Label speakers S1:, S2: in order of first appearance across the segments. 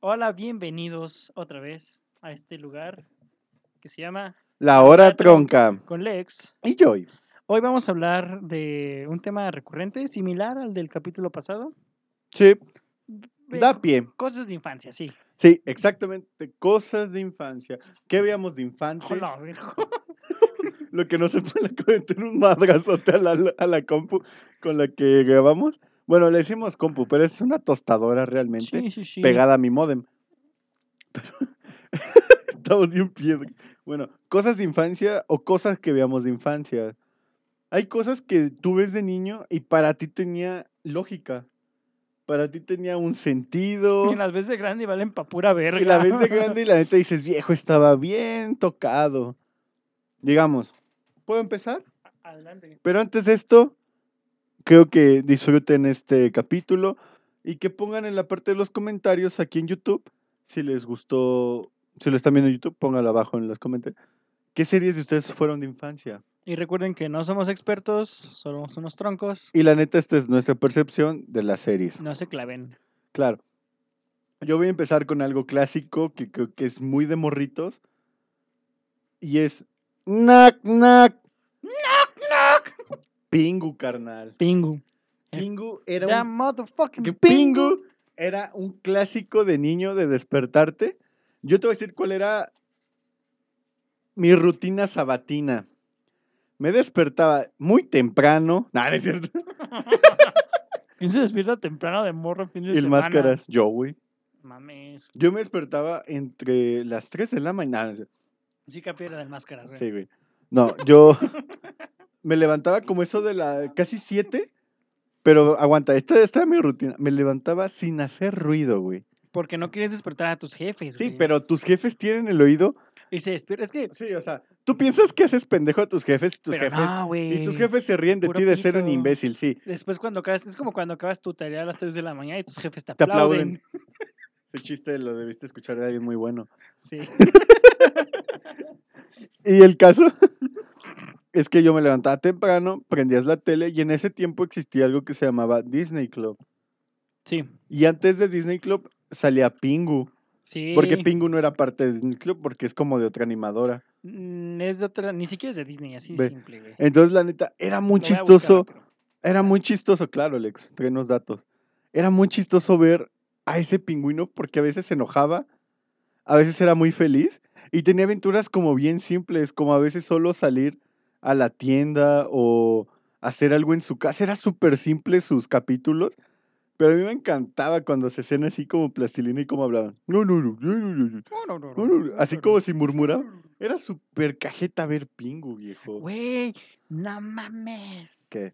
S1: Hola, bienvenidos otra vez a este lugar que se llama
S2: La hora
S1: La tronca.
S2: tronca.
S1: Con Lex.
S2: Y Joy.
S1: Hoy vamos a hablar de un tema recurrente, similar al del capítulo pasado.
S2: Sí,
S1: de
S2: da pie.
S1: Cosas de infancia, sí.
S2: Sí, exactamente. Cosas de infancia. ¿Qué veíamos de infancia?
S1: Hola, a ver.
S2: Lo que no se puede meter un madrazote a la, a la compu con la que grabamos. Bueno, le decimos compu, pero es una tostadora realmente
S1: Sí, sí, sí.
S2: pegada a mi modem. Pero estamos bien piedra. Bueno, cosas de infancia o cosas que veamos de infancia. Hay cosas que tú ves de niño y para ti tenía lógica. Para ti tenía un sentido.
S1: Y las veces de grande valen pa' pura verga.
S2: Y la ves de grande y la neta dices, viejo, estaba bien tocado. Digamos, ¿puedo empezar?
S1: Adelante.
S2: Pero antes de esto, creo que disfruten este capítulo y que pongan en la parte de los comentarios aquí en YouTube, si les gustó, si lo están viendo en YouTube, pónganlo abajo en los comentarios. ¿Qué series de ustedes fueron de infancia?
S1: Y recuerden que no somos expertos, solo somos unos troncos.
S2: Y la neta, esta es nuestra percepción de las series.
S1: No se claven.
S2: Claro. Yo voy a empezar con algo clásico que creo que es muy de morritos. Y es. Knock, knock. Knock, knock. Pingu, carnal.
S1: Pingu. El-
S2: Pingu
S1: The
S2: era un.
S1: motherfucking
S2: que
S1: Pingu.
S2: Pingu era un clásico de niño de despertarte. Yo te voy a decir cuál era mi rutina sabatina. Me despertaba muy temprano. Nah, no es cierto.
S1: ¿Quién se despierta temprano de morro en fin de
S2: Y el
S1: semana?
S2: máscaras. Yo, güey.
S1: Mames.
S2: Yo me despertaba entre las 3 de la mañana.
S1: Sí que pierde el máscaras, güey.
S2: Sí, güey. No, yo me levantaba como eso de la casi siete, pero aguanta, esta, esta era mi rutina. Me levantaba sin hacer ruido, güey.
S1: Porque no quieres despertar a tus jefes,
S2: Sí,
S1: güey.
S2: pero tus jefes tienen el oído.
S1: Y se despierta. Es que.
S2: Sí, o sea, tú piensas que haces pendejo a tus jefes, tus
S1: pero
S2: jefes.
S1: no, güey.
S2: y tus jefes se ríen de
S1: puro
S2: ti de ser un
S1: pito.
S2: imbécil, sí.
S1: Después cuando acabas. Es como cuando acabas tu tarea a las 3 de la mañana y tus jefes te
S2: Te
S1: aplauden.
S2: aplauden. Ese chiste lo debiste escuchar de alguien muy bueno.
S1: Sí.
S2: Y el caso es que yo me levantaba temprano, prendías la tele y en ese tiempo existía algo que se llamaba Disney Club.
S1: Sí.
S2: Y antes de Disney Club salía Pingu.
S1: Sí.
S2: Porque Pingu no era parte de Disney Club porque es como de otra animadora.
S1: Mm, Es de otra. Ni siquiera es de Disney, así de
S2: Ve.
S1: simple, güey.
S2: Entonces, la neta, era muy
S1: Lo voy a buscar
S2: chistoso.
S1: rápido.
S2: Era muy chistoso, claro, Alex, trenos datos. Era muy chistoso ver a ese pingüino porque a veces se enojaba, a veces era muy feliz y tenía aventuras como bien simples, como a veces solo salir a la tienda o hacer algo en su casa. Era súper simple sus capítulos, pero a mí me encantaba cuando se hacían así como plastilina y como hablaban. No, no, no, no, no, no, no. Así como si murmuraba. Era súper cajeta ver Pingu, viejo.
S1: Güey, no mames.
S2: ¿Qué?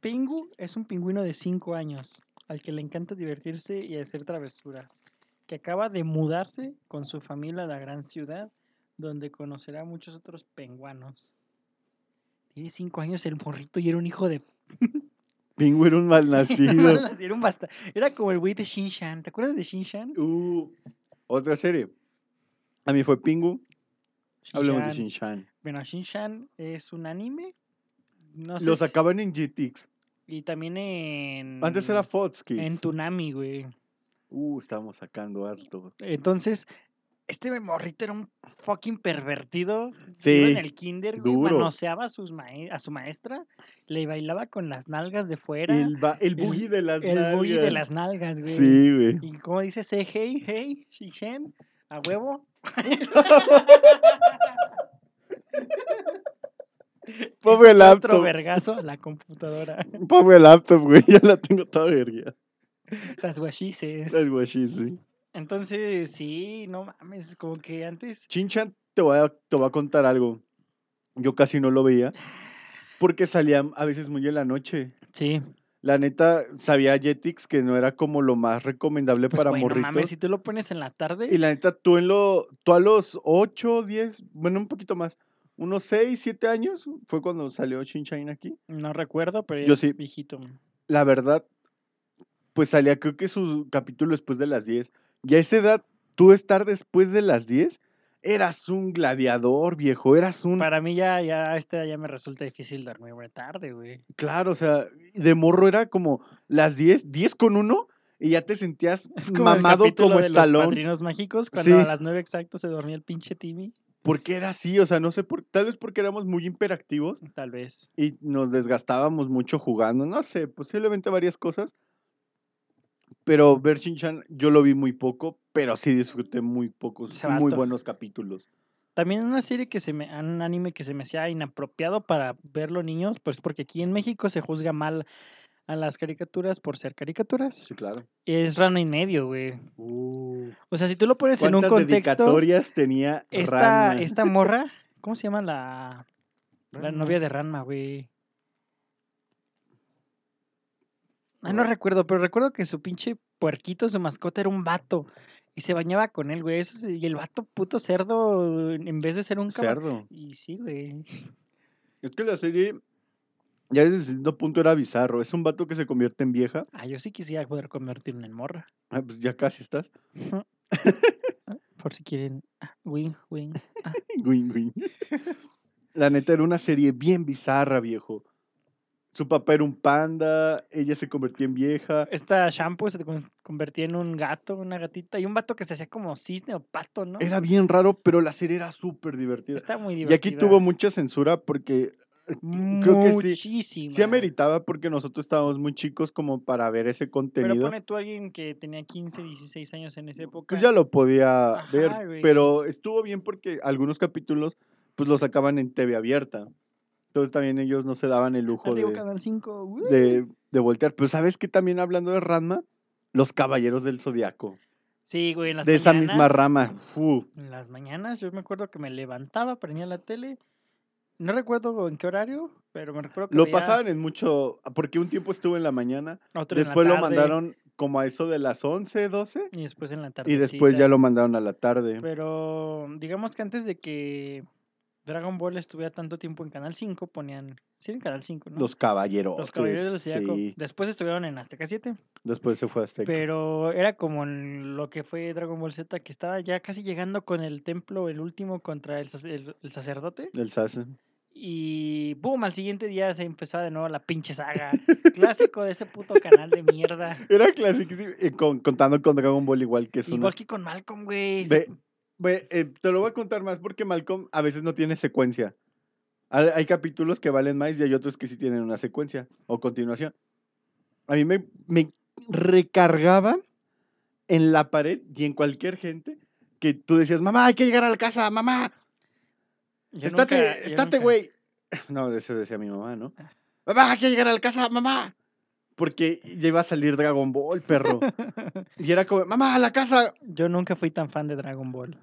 S1: Pingu es un pingüino de 5 años al que le encanta divertirse y hacer travesuras, que acaba de mudarse con su familia a la gran ciudad donde conocerá a muchos otros penguanos. Tiene 5 años el morrito y era un hijo de...
S2: Pingu era un malnacido.
S1: era un basta. Era como el güey de Shin-Chan. ¿Te acuerdas de Shin-Chan?
S2: Uh, otra serie. A mí fue Pingu. Hablemos de Shinshan.
S1: Bueno, Shin-Chan es un anime. No sé
S2: Lo
S1: si-
S2: sacaban en GTX.
S1: Y también en...
S2: Antes era Fox Kids.
S1: Mm, En Tunami, güey.
S2: Uh, estábamos sacando harto.
S1: Entonces, este morrito era un fucking pervertido.
S2: Sí,
S1: Iba en el kinder, güey,
S2: duro.
S1: manoseaba a, sus mae- a su maestra, le bailaba con las nalgas de fuera, el,
S2: el, ba- el boogie de las
S1: boogie de
S2: nalgas.
S1: las nalgas, güey.
S2: Sí, güey.
S1: Y como dice, say hey, hey, shishen, a huevo.
S2: Pobre
S1: Otro
S2: laptop.
S1: vergazo a la computadora.
S2: Pobre laptop, güey. Ya la tengo toda verga.
S1: Las guachices.
S2: That's what she say.
S1: Entonces, sí, no mames, como que antes...
S2: Chinchan, te voy, a, te voy a contar algo. Yo casi no lo veía. Porque salía a veces muy en la noche.
S1: Sí,
S2: La neta, sabía Jetix que no era como lo más recomendable
S1: pues,
S2: para
S1: güey, no
S2: morritos.
S1: mames, si tú lo pones en la tarde...
S2: Y la neta, tú, en lo, tú a los 8, 10, bueno, un poquito más, unos 6, 7 años, fue cuando salió Chinchain aquí.
S1: No recuerdo, pero
S2: Yo
S1: es
S2: sí.
S1: viejito.
S2: La verdad, pues salía creo que su capítulo después de las 10. Y a esa edad, tú estar después de las 10, eras un gladiador, viejo, eras un...
S1: Para mí ya, ya, a esta edad ya me resulta difícil dormir güey, tarde, güey.
S2: Claro, o sea, de morro era como las 10, 10 con 1, y ya te sentías
S1: Es como
S2: mamado
S1: el capítulo
S2: como
S1: de los
S2: estalón.
S1: padrinos mágicos, cuando
S2: Sí.
S1: a las 9 exacto se dormía el pinche Timmy.
S2: Porque era así, o sea, no sé por tal vez porque éramos muy imperactivos
S1: Tal vez.
S2: y nos desgastábamos mucho jugando, no sé, posiblemente varias cosas. Pero ver Shin-Chan yo lo vi muy poco, pero sí disfruté muy pocos,
S1: Se
S2: muy
S1: bastó.
S2: buenos capítulos.
S1: También una serie que se me, un anime que se me hacía inapropiado para verlo niños, pues porque aquí en México se juzga mal a las caricaturas por ser caricaturas.
S2: Sí, claro.
S1: Es Rano y medio, güey. O sea, si tú lo pones Pues en un
S2: ¿Cuántas
S1: contexto,
S2: dedicatorias tenía
S1: esta,
S2: Ranma?
S1: esta morra, ¿cómo se llama la, la
S2: Ranma.
S1: novia de Ranma, güey? Ah, no
S2: No.
S1: recuerdo, pero recuerdo que su pinche puerquito, su mascota, era un vato. Y se bañaba con él, güey. Eso sí, y el vato puto cerdo, en vez de ser un caballo.
S2: Cerdo.
S1: Y sí, güey.
S2: Es que la serie ya desde cierto punto era bizarro. Es un vato que se convierte en vieja.
S1: Ah, yo sí quisiera poder convertirme en morra.
S2: Ah, pues ya casi estás.
S1: Por si quieren. Ah, wing, wing.
S2: Guin, guin. La neta era una serie bien bizarra, viejo. Su papá era un panda, ella se convirtió en vieja.
S1: Esta shampoo se con- convertía en un gato, una gatita. Y un vato que se hacía como cisne o pato, ¿no?
S2: Era bien raro, pero la serie era súper divertida.
S1: Está muy
S2: Y
S1: divertido.
S2: aquí tuvo mucha censura porque creo que sí.
S1: muchísimo.
S2: sí ameritaba porque nosotros estábamos muy chicos como para ver ese
S1: Pero
S2: contenido.
S1: pone tú a alguien que tenía 15, 16 años en esa época.
S2: Pues ya lo podía
S1: Ajá,
S2: ver,
S1: güey.
S2: pero estuvo bien porque algunos capítulos pues los sacaban en TV abierta. Entonces también ellos no se daban el lujo
S1: Arriba
S2: de,
S1: Canal 5. ¡uh!
S2: de, de voltear. Pero ¿sabes que también hablando de Ranma? Los Caballeros del Zodiaco.
S1: Sí, güey, en las
S2: De esa misma
S1: mañanas-
S2: rama. Fu.
S1: En las mañanas yo me acuerdo que me levantaba, prendía la tele. No recuerdo en qué horario, pero me recuerdo que
S2: Lo
S1: veía
S2: pasaban en mucho, porque un tiempo estuvo en la mañana,
S1: otro en la
S2: después lo
S1: tarde,
S2: mandaron como a eso de las 11, 12
S1: y después en la tarde.
S2: y después ya lo mandaron a la tarde.
S1: Pero digamos que antes de que Dragon Ball estuviera tanto tiempo en Canal 5, ponían. Sí, en Canal 5, ¿no?
S2: Los Caballeros.
S1: Los Caballeros del Zodiaco.
S2: Sí,
S1: Después estuvieron en Azteca 7,
S2: después se fue a Azteca.
S1: pero era como en lo que fue Dragon Ball Z, que estaba ya casi llegando con el templo, el último contra el, sac- el- el sacerdote.
S2: El Sase.
S1: Y boom, al siguiente día se empezaba de nuevo la pinche saga. Clásico de ese puto canal de mierda.
S2: Era clásico, sí, eh, con- contando con Dragon Ball igual que es una...
S1: Igual que con Malcolm, güey. se-
S2: Ve- ve, eh, te lo voy a contar más porque Malcolm a veces no tiene secuencia. Hay, hay capítulos que valen más y hay otros que sí tienen una secuencia o continuación. A mí me, me recargaba en la pared y en cualquier gente que tú decías, mamá, hay que llegar a la casa, mamá,
S1: yo
S2: estate,
S1: nunca- yo
S2: estate,
S1: nunca-
S2: güey. No, eso decía mi mamá, ¿no? Mamá, hay que llegar a la casa, mamá. Porque ya iba a salir Dragon Ball, perro. Y era como, mamá, a la casa.
S1: Yo nunca fui tan fan de Dragon Ball.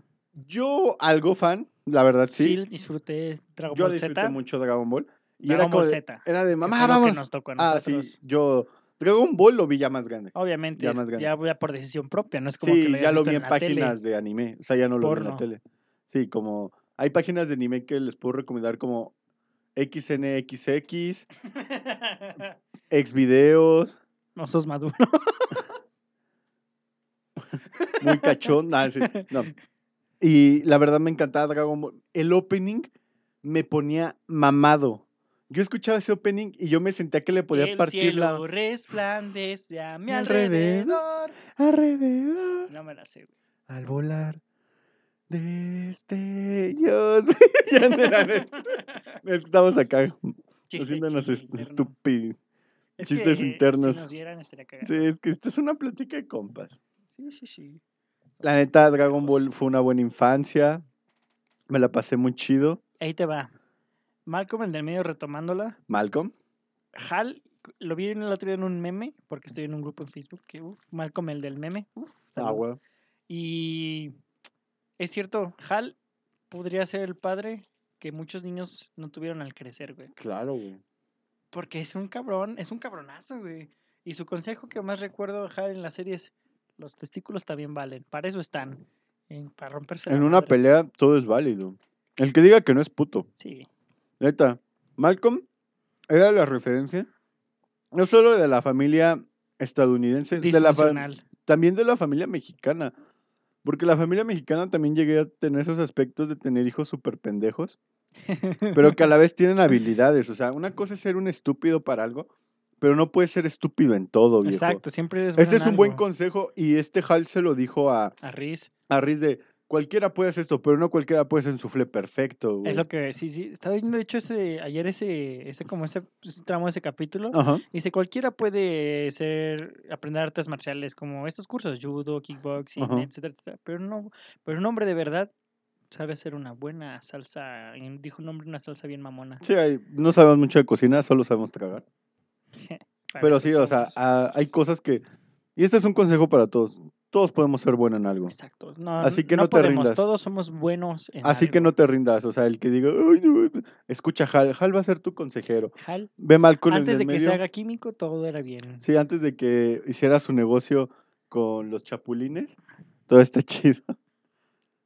S2: Yo, algo fan, la verdad,
S1: Sí,
S2: sí.
S1: disfruté Dragon
S2: yo
S1: Ball
S2: disfruté
S1: Z.
S2: mucho Dragon Ball. Y
S1: Dragon
S2: era, como
S1: Ball
S2: de-
S1: Z. que
S2: era de,
S1: fue lo
S2: mamá,
S1: que
S2: vamos.
S1: nos tocó a
S2: Ah,
S1: nosotros.
S2: sí, yo. Dragon Ball lo vi ya más grande.
S1: Obviamente,
S2: Ya
S1: es-
S2: más grande.
S1: ya, ya por decisión propia, no es como que
S2: Sí,
S1: lo hayas
S2: ya lo
S1: visto
S2: vi
S1: en
S2: en
S1: la tele.
S2: páginas de anime. O sea, ya no lo vi en
S1: Porno.
S2: la tele. Sí, como. Hay páginas de anime que les puedo recomendar como XNXX, Xvideos,
S1: no sos maduro.
S2: Muy Cachón. nah, sí, no. Y la verdad me encantaba Dragon Ball. El opening me ponía mamado. Yo escuchaba ese opening y yo me sentía que le podía
S1: El
S2: partir la.
S1: cielo resplandece a mi alrededor.
S2: Alrededor. Alrededor.
S1: No me la sé. güey.
S2: Al volar. Destellos. ya no era neta. Estamos acá
S1: Chiste,
S2: haciéndonos
S1: chiste interno.
S2: estúpidos.
S1: Es
S2: chistes
S1: que, eh,
S2: internos.
S1: Si nos vieran, estaría cagado.
S2: Sí, es que esto es una plática de compas.
S1: Sí, sí, sí.
S2: La neta, Dragon
S1: Pues-
S2: Ball fue una buena infancia. Me la pasé muy chido.
S1: Ahí te va. Malcolm, el del medio, retomándola.
S2: Malcolm.
S1: Hal, lo vi en el otro día en un meme, porque estoy en un grupo en Facebook que, uff, Malcolm, el del meme. Uf,
S2: Ah,
S1: salud.
S2: güey.
S1: Y es cierto, Hal podría ser el padre que muchos niños no tuvieron al crecer, güey.
S2: Claro, güey.
S1: Porque es un cabrón, es un cabronazo, güey. Y su consejo que más recuerdo de Hal en la serie es, los testículos también valen, para eso están, en- para romperse la
S2: En una
S1: madre".
S2: pelea todo es válido. El que diga que no es puto.
S1: Sí,
S2: Neta, Malcolm era la referencia no solo de la familia estadounidense, de la fa-
S1: disfuncional.
S2: también de la familia mexicana. Porque la familia mexicana también llegué a tener esos aspectos de tener hijos súper pendejos, pero que a la vez tienen habilidades. O sea, una cosa es ser un estúpido para algo, Pero no puedes ser estúpido en todo, viejo.
S1: Exacto, siempre eres
S2: Este
S1: bueno
S2: es
S1: en
S2: un buen
S1: algo.
S2: consejo y este Hal se lo dijo a,
S1: A Riz.
S2: a Riz de cualquiera puede hacer esto, pero no cualquiera puede hacer un suflé perfecto, güey.
S1: Es lo que, sí, sí, estaba viendo, de hecho, ese, ayer ese, ese, como ese, ese tramo, ese capítulo,
S2: Ajá.
S1: dice, cualquiera puede ser, aprender artes marciales, como estos cursos, judo, kickboxing,
S2: Ajá.
S1: etcétera, etcétera, pero no, pero un hombre de verdad sabe hacer una buena salsa, y dijo un hombre, una salsa bien mamona.
S2: Sí, hay- no sabemos mucho de cocina, solo sabemos tragar.
S1: Para
S2: Pero
S1: eso
S2: sí, o sea, ah,
S1: somos.
S2: a- hay cosas que... Y este es un consejo para todos. Todos podemos ser buenos en algo.
S1: Exacto. No,
S2: Así que no te
S1: podemos,
S2: rindas.
S1: todos somos buenos Pues en
S2: Así que
S1: algo.
S2: no te rindas. O sea, el que diga, "Ay, no, no". escucha a Hal. Hal va a ser tu consejero.
S1: Hal,
S2: Ve mal con
S1: antes
S2: el
S1: de
S2: del
S1: que
S2: medio.
S1: se haga químico, todo era bien.
S2: Sí, antes de que hiciera su negocio con los chapulines, todo está chido.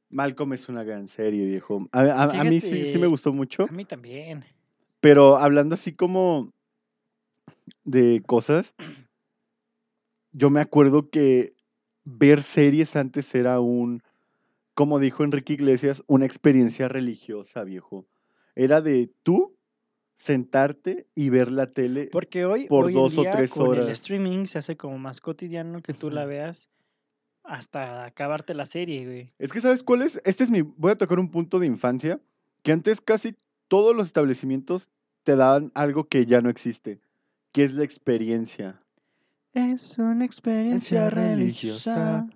S2: Malcolm es una gran serie, viejo. A, a- a mí sí, sí me
S1: Fíjate.
S2: gustó mucho,
S1: A mí también.
S2: pero hablando así como de cosas, yo me acuerdo que ver series antes era un, como dijo Enrique Iglesias, una experiencia religiosa, viejo. Era de tú sentarte y ver la tele.
S1: Porque hoy,
S2: Por
S1: hoy
S2: dos
S1: en
S2: o
S1: día,
S2: tres
S1: con el
S2: horas.
S1: streaming se hace como más cotidiano que tú la veas hasta acabarte la serie, güey.
S2: Es que, ¿sabes cuál es? Este es mi. Voy a tocar un punto de infancia que antes casi todos los establecimientos te daban algo que ya no existe, que es la experiencia.
S1: Es una experiencia religiosa.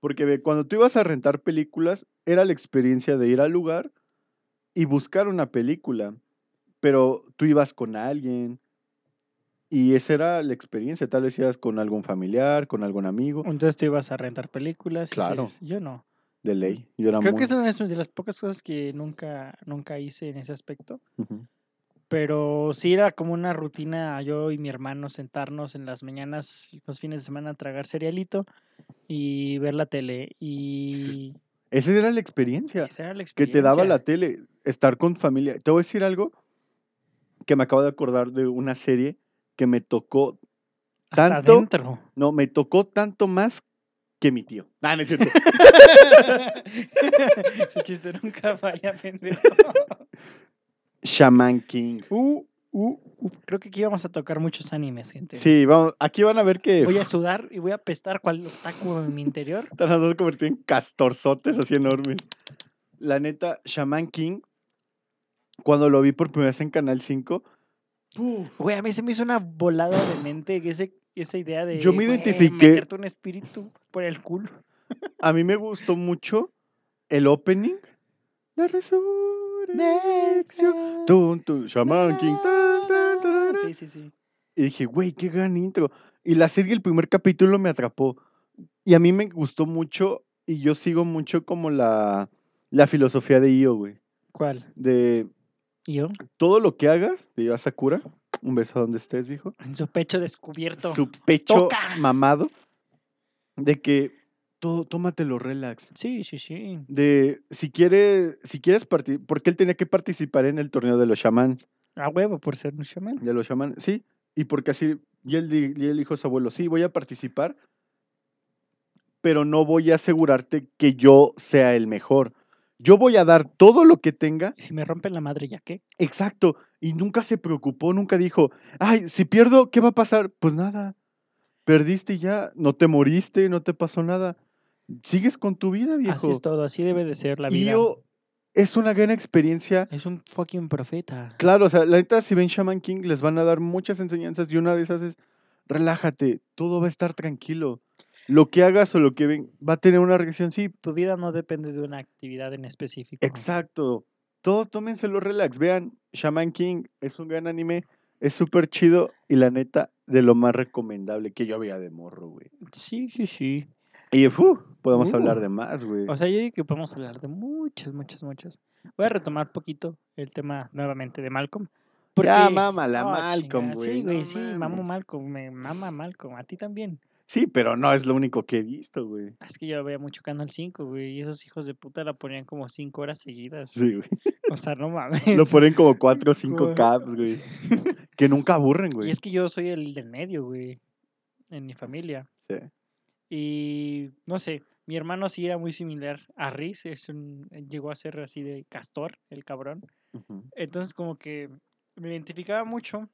S2: Porque ve, cuando tú ibas a rentar películas, era la experiencia de ir al lugar y buscar una película. Pero tú ibas con alguien. Y esa era la experiencia. Tal vez ibas con algún familiar, con algún amigo.
S1: Entonces tú ibas a rentar películas. y
S2: Claro.
S1: series. Yo no.
S2: De ley. Yo era
S1: Creo
S2: muy-
S1: que esa es una de las pocas cosas que nunca, nunca hice en ese aspecto.
S2: Ujú.
S1: Pero sí era como una rutina yo y mi hermano sentarnos en las mañanas, los fines de semana, a tragar cerealito y ver la tele. Y
S2: Esa era la experiencia.
S1: esa era la
S2: que te daba la
S1: experiencia.
S2: tele, estar con familia. Te voy a decir algo que me acabo de acordar de una serie que me tocó,
S1: Hasta
S2: tanto-
S1: adentro.
S2: no, me tocó tanto más que mi tío. Ah, no es cierto.
S1: Ese chiste nunca falla, pendejo.
S2: Shaman King.
S1: Uh, uh, uh. Creo que aquí vamos a tocar muchos animes, gente.
S2: Sí, vamos, aquí van a ver que
S1: Voy a sudar y voy a pestar cual otaku en mi interior.
S2: Te las vas a convertir en castorzotes así enormes. La neta, Shaman King, cuando lo vi por primera vez en Canal 5,
S1: Güey, a mí se me hizo una volada de mente que ese, esa idea de.
S2: Yo me
S1: güey,
S2: identifiqué-
S1: Meterte un espíritu por el culo.
S2: a mí me gustó mucho el opening. La resurrección. Tun, tun, Shaman King. tan, tan, tarara.
S1: Sí, sí, sí.
S2: Y dije, güey, qué gran intro. Y la serie, el primer capítulo me atrapó. Y a mí me gustó mucho y yo sigo mucho como la, la filosofía de Io, güey.
S1: ¿Cuál?
S2: De
S1: ¿Yo?
S2: todo lo que hagas, de Io Asakura, un beso donde estés, viejo.
S1: En su pecho descubierto.
S2: Su pecho
S1: Toca.
S2: mamado. De que todo, tómatelo relax.
S1: Sí, sí, sí.
S2: De si quieres, si quieres partir, porque él tenía que participar en el torneo de los shamans.
S1: A huevo por ser un shaman.
S2: Ya lo llaman, sí. Y porque así, y él, di- y él dijo a su abuelo, sí, voy a participar, pero no voy a asegurarte que yo sea el mejor. Yo voy a dar todo lo que tenga,
S1: Y si me rompen la madre, ¿ya qué?
S2: exacto. Y nunca se preocupó, nunca dijo, ay, si pierdo, ¿qué va a pasar? Pues nada, perdiste y ya, no te moriste, no te pasó nada. Sigues con tu vida, viejo.
S1: Así es todo, así debe de ser la
S2: Y
S1: vida.
S2: yo- es una gran experiencia.
S1: Es un fucking profeta.
S2: Claro, o sea, la neta, si ven Shaman King, les van a dar muchas enseñanzas y una de esas es, relájate, todo va a estar tranquilo. Lo que hagas o lo que ven, va a tener una reacción, sí,
S1: Tu vida no depende de una actividad en específico.
S2: exacto. Todo tómenselo relax, vean, Shaman King es un gran anime, es súper chido y la neta, de lo más recomendable que yo veía de morro, güey.
S1: Sí, sí, sí.
S2: Y, ¡fu! podemos hablar
S1: Uh.
S2: de más, güey.
S1: O sea, yo digo que podemos hablar de muchas, muchas, muchas. Voy a retomar poquito el tema nuevamente de Malcolm.
S2: Ya,
S1: porque-
S2: mama la
S1: Oh,
S2: Malcolm,
S1: chingada,
S2: güey.
S1: Sí,
S2: no
S1: güey, sí, mamo
S2: mames.
S1: Malcolm, me mama Malcolm, a ti también.
S2: Sí, pero no es lo único que he visto, güey.
S1: Es que yo veía mucho Canal 5, güey, y esos hijos de puta la ponían como 5 horas seguidas.
S2: Sí, güey.
S1: O sea, no mames.
S2: Lo ponen como cuatro o cinco
S1: Como-
S2: caps, güey. Que nunca aburren,
S1: Y
S2: güey.
S1: es que yo soy el del medio, güey, en mi familia.
S2: Sí.
S1: Y no sé, mi hermano sí era muy similar a Riz, es un, llegó a ser así de castor, el cabrón.
S2: Ujú.
S1: Entonces como que me identificaba mucho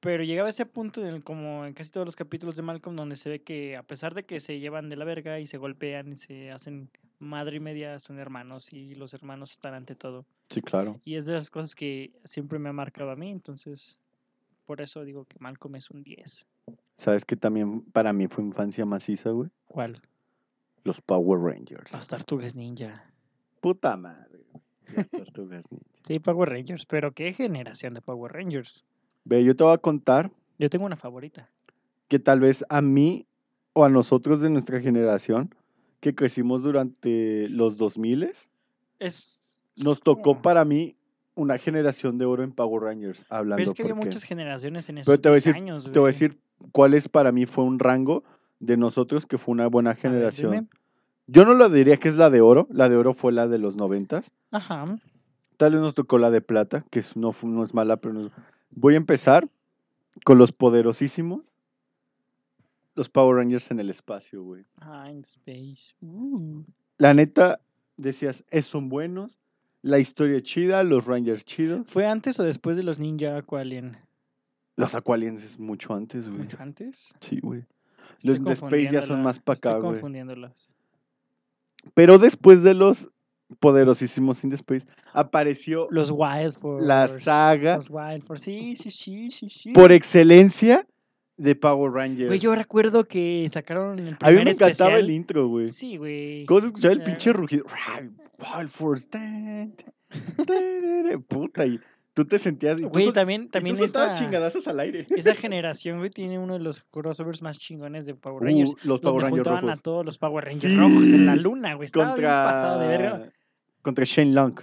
S1: Pero llegaba ese punto, en el- como en casi todos los capítulos de Malcolm, donde se ve que a pesar de que se llevan de la verga y se golpean y se hacen madre y media, son hermanos y los hermanos están ante todo.
S2: Sí, claro.
S1: Y es de las cosas que siempre me ha marcado a mí, entonces por eso digo que Malcolm es un 10.
S2: ¿Sabes que también para mí fue infancia maciza, güey?
S1: ¿Cuál?
S2: Los Power Rangers.
S1: Las tartugas ninja.
S2: Puta madre. güey. Las Tortugas Ninja.
S1: Sí, Power Rangers, pero ¿qué generación de Power Rangers?
S2: Ve, yo te voy a contar
S1: Yo tengo una favorita.
S2: que tal vez a mí o a nosotros de nuestra generación que crecimos durante los 2000
S1: Es, es
S2: nos tocó
S1: como-
S2: para mí una generación de oro en Power Rangers. Hablando
S1: Pero es que había
S2: porque
S1: muchas generaciones en esos
S2: Pero te voy a
S1: 10
S2: decir-
S1: años,
S2: te voy a
S1: güey.
S2: decir cuál es para mí fue un rango de nosotros que fue una buena
S1: A ver,
S2: generación.
S1: dime.
S2: Yo no la diría que es la de oro, la de oro fue la de los noventas.
S1: Ajá.
S2: Tal vez nos tocó la de plata, que es- no, fu- no es mala, pero no es- voy a empezar con los poderosísimos. Los Power Rangers en el espacio, güey.
S1: Ah, in space. Uh.
S2: La neta, decías, es son buenos, la historia chida, los Rangers chidos.
S1: ¿Fue antes o después de los Ninja Aqualien?
S2: Los Aqualians es mucho antes, güey.
S1: ¿Mucho antes?
S2: Sí, güey.
S1: Estoy
S2: Los de Space ya son
S1: confundiéndola-
S2: más pa' acá,
S1: Estoy
S2: güey.
S1: confundiéndolos.
S2: Pero después de los poderosísimos In the Space, apareció
S1: Los Wild Force.
S2: la saga
S1: Los Wild Force. Sí, sí, sí, sí, sí.
S2: por excelencia de Power Rangers.
S1: Güey, yo recuerdo que sacaron el primer
S2: a mí me encantaba
S1: especial.
S2: el intro, güey.
S1: Sí, güey.
S2: ¿Cómo se escuchaba el
S1: Ya,
S2: pinche
S1: güey.
S2: rugido? Ray, Wild Force. tan, tan, tarara, Puta, y tú te sentías. Y tú,
S1: Güey,
S2: sol-
S1: también,
S2: y
S1: también
S2: tú soltabas
S1: esta,
S2: chingadazos al aire.
S1: esa generación, güey, tiene uno de los crossovers más chingones de Power
S2: Uh,
S1: Rangers.
S2: los
S1: donde
S2: Power Rangers
S1: juntaban
S2: rojos.
S1: a todos los Power Rangers
S2: Sí.
S1: rojos en la luna, güey. Estaba bien pasado de verga.
S2: Contra. Contra Shane Long.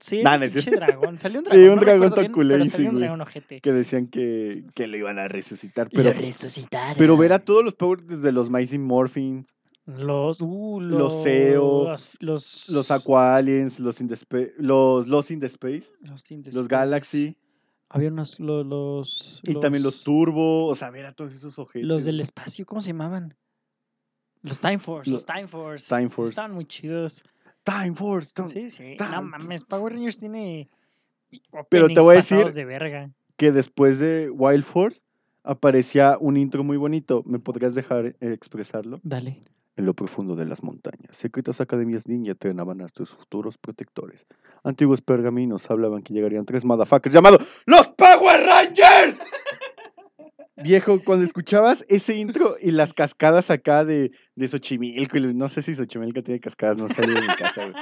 S1: Sí, era
S2: Nah,
S1: un
S2: no es
S1: pinche
S2: cierto.
S1: dragón. Salió un
S2: Sí,
S1: dragón.
S2: un
S1: no
S2: dragón
S1: recuerdo
S2: tan
S1: bien,
S2: culé,
S1: Pero
S2: sí,
S1: salió un
S2: güey.
S1: dragón ojete.
S2: Que decían que, que lo iban a resucitar. Pero,
S1: Lo resucitaron.
S2: pero ver a todos los Power desde los Mighty Morphin,
S1: Los, uh, los,
S2: Los Zeo,
S1: los, los,
S2: los Aqua Aliens, los, in the Spa- los, los In the Space,
S1: los, Teen
S2: los
S1: Space.
S2: Galaxy.
S1: Había unos, lo- los,
S2: Y también los Turbo, o sea, ver a todos esos ojetes.
S1: Los del espacio, ¿cómo se llamaban? Los Time Force, los
S2: Los
S1: Time Force.
S2: Time Force.
S1: Estaban muy chidos.
S2: Time Force. Tom-
S1: Sí, sí.
S2: Time-
S1: No mames, Power Rangers tiene.
S2: Pero te
S1: openings
S2: voy a decir-
S1: pasados de verga.
S2: Que después de Wild Force aparecía un intro muy bonito. ¿Me podrías dejar eh, expresarlo?
S1: Dale.
S2: En lo profundo de las montañas, secretas academias ninja entrenaban a sus futuros protectores. Antiguos pergaminos hablaban que llegarían tres motherfuckers llamados ¡Los Power Rangers! Viejo, cuando escuchabas ese intro y las cascadas acá de, de Xochimilco, y lo- no sé si Xochimilco tiene cascadas, no salí de mi casa. güey.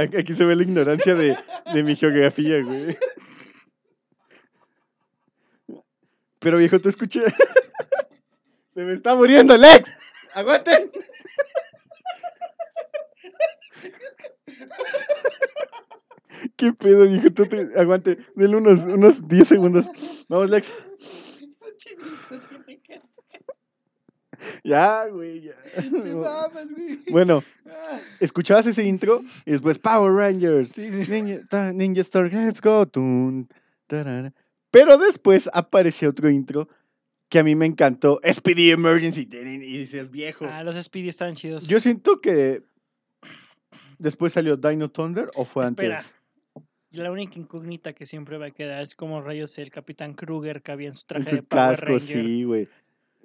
S2: Ac- Aquí se ve la ignorancia de, de mi geografía, güey. Pero viejo, tú escuché. Se me está muriendo Lex. Aguanten. ¿Qué pedo, viejo? Tú te... Aguante. Denle unos, unos 10 segundos. Vamos, Lex. Ya, güey, ya.
S1: güey. Ah,
S2: Bueno, escuchabas ese intro y después Power Rangers.
S1: Sí, sí.
S2: Ninja, ta- Ninja Star, let's go. tun, tarara. Pero después apareció otro intro que a mí me encantó. Speedy Emergency. tirin, Y dices, viejo.
S1: Ah, los Speedy estaban chidos.
S2: Yo siento que después salió Dino Thunder o fue
S1: Espera.
S2: antes.
S1: La única incógnita que siempre va a quedar es como rayos el Capitán Kruger que había en su traje
S2: En su
S1: de Power
S2: casco,
S1: Ranger.
S2: sí, güey.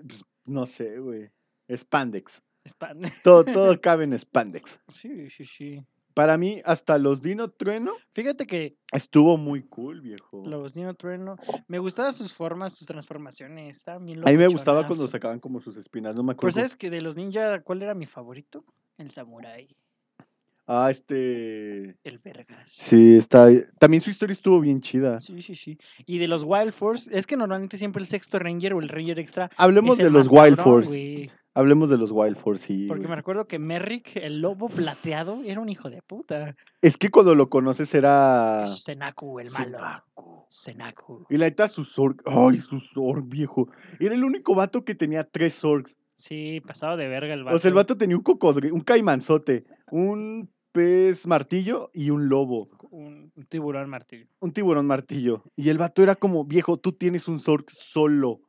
S2: Pues, no sé, güey. Spandex.
S1: Span-
S2: Todo, todo cabe en Spandex.
S1: sí, sí, sí.
S2: Para mí, hasta los Dino Trueno
S1: Fíjate que
S2: estuvo muy cool, viejo.
S1: los Nino Trueno, me gustaban sus formas, sus transformaciones, estaban bien
S2: A mí me gustaba cuando
S1: locochonas.
S2: sacaban como sus espinas, no me
S1: Pero
S2: acuerdo.
S1: ¿sabes que de los ninja cuál era mi favorito? El samurái,
S2: Ah, este.
S1: el vergas.
S2: Sí, está. También su historia estuvo bien chida.
S1: Sí, sí, sí. Y de los Wild Force, es que normalmente siempre el sexto ranger o el ranger extra
S2: Hablemos
S1: es
S2: de
S1: el
S2: los
S1: más
S2: Wild
S1: cabrón,
S2: Force.
S1: güey.
S2: Hablemos de los Wild Force, sí.
S1: Porque
S2: güey.
S1: me recuerdo que Merrick, el lobo plateado, era un hijo de puta.
S2: Es que cuando lo conoces era.
S1: Senaku, el malo.
S2: Senbaku.
S1: Senaku.
S2: Y la neta, su Zorg. Ay, su Zorg, viejo. Era el único vato que tenía tres Zorgs.
S1: Sí, pasado de verga el vato.
S2: O sea, el vato tenía un cocodrilo, un caimanzote, un pez martillo y un lobo.
S1: Un un tiburón martillo.
S2: Un tiburón martillo. Y el vato era como, viejo, tú tienes un Zorg solo.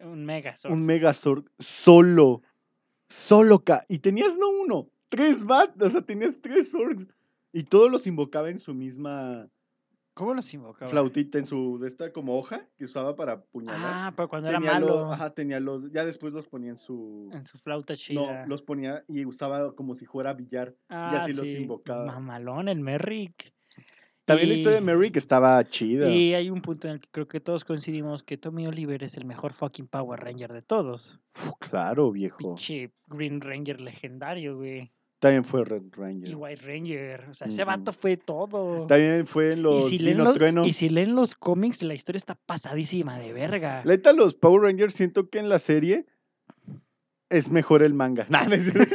S1: Un megazord.
S2: un Megazord solo. Solo, ca. Y tenías no uno, tres bat, o sea, tenías tres Zorgs. Y todos los invocaba en su misma
S1: ¿Cómo los invocaba?
S2: flautita en su, de esta como hoja que usaba para apuñalar.
S1: Ah, pero cuando era
S2: tenía
S1: malo.
S2: los- ajá, tenía los, ya después los ponía en su,
S1: En su flauta chida.
S2: no, los ponía y usaba como si fuera billar.
S1: ah,
S2: así los
S1: sí.
S2: invocaba.
S1: Mamalón, el Merrick.
S2: También la
S1: Y-
S2: historia de Merrick estaba chida.
S1: Y hay un punto en el que creo que todos coincidimos que Tommy Oliver es el mejor fucking Power Ranger de todos.
S2: Uf, claro, viejo.
S1: Pinche Green Ranger legendario, güey.
S2: También fue Red Ranger.
S1: Y White Ranger. O sea, ese
S2: Ujú.
S1: vato fue todo.
S2: También fue en los
S1: y, si leen
S2: Dino
S1: los,
S2: Trueno.
S1: y si leen los cómics, la historia está pasadísima de verga.
S2: La neta, los Power Rangers siento que en la serie es mejor el manga. Nah, no es cierto.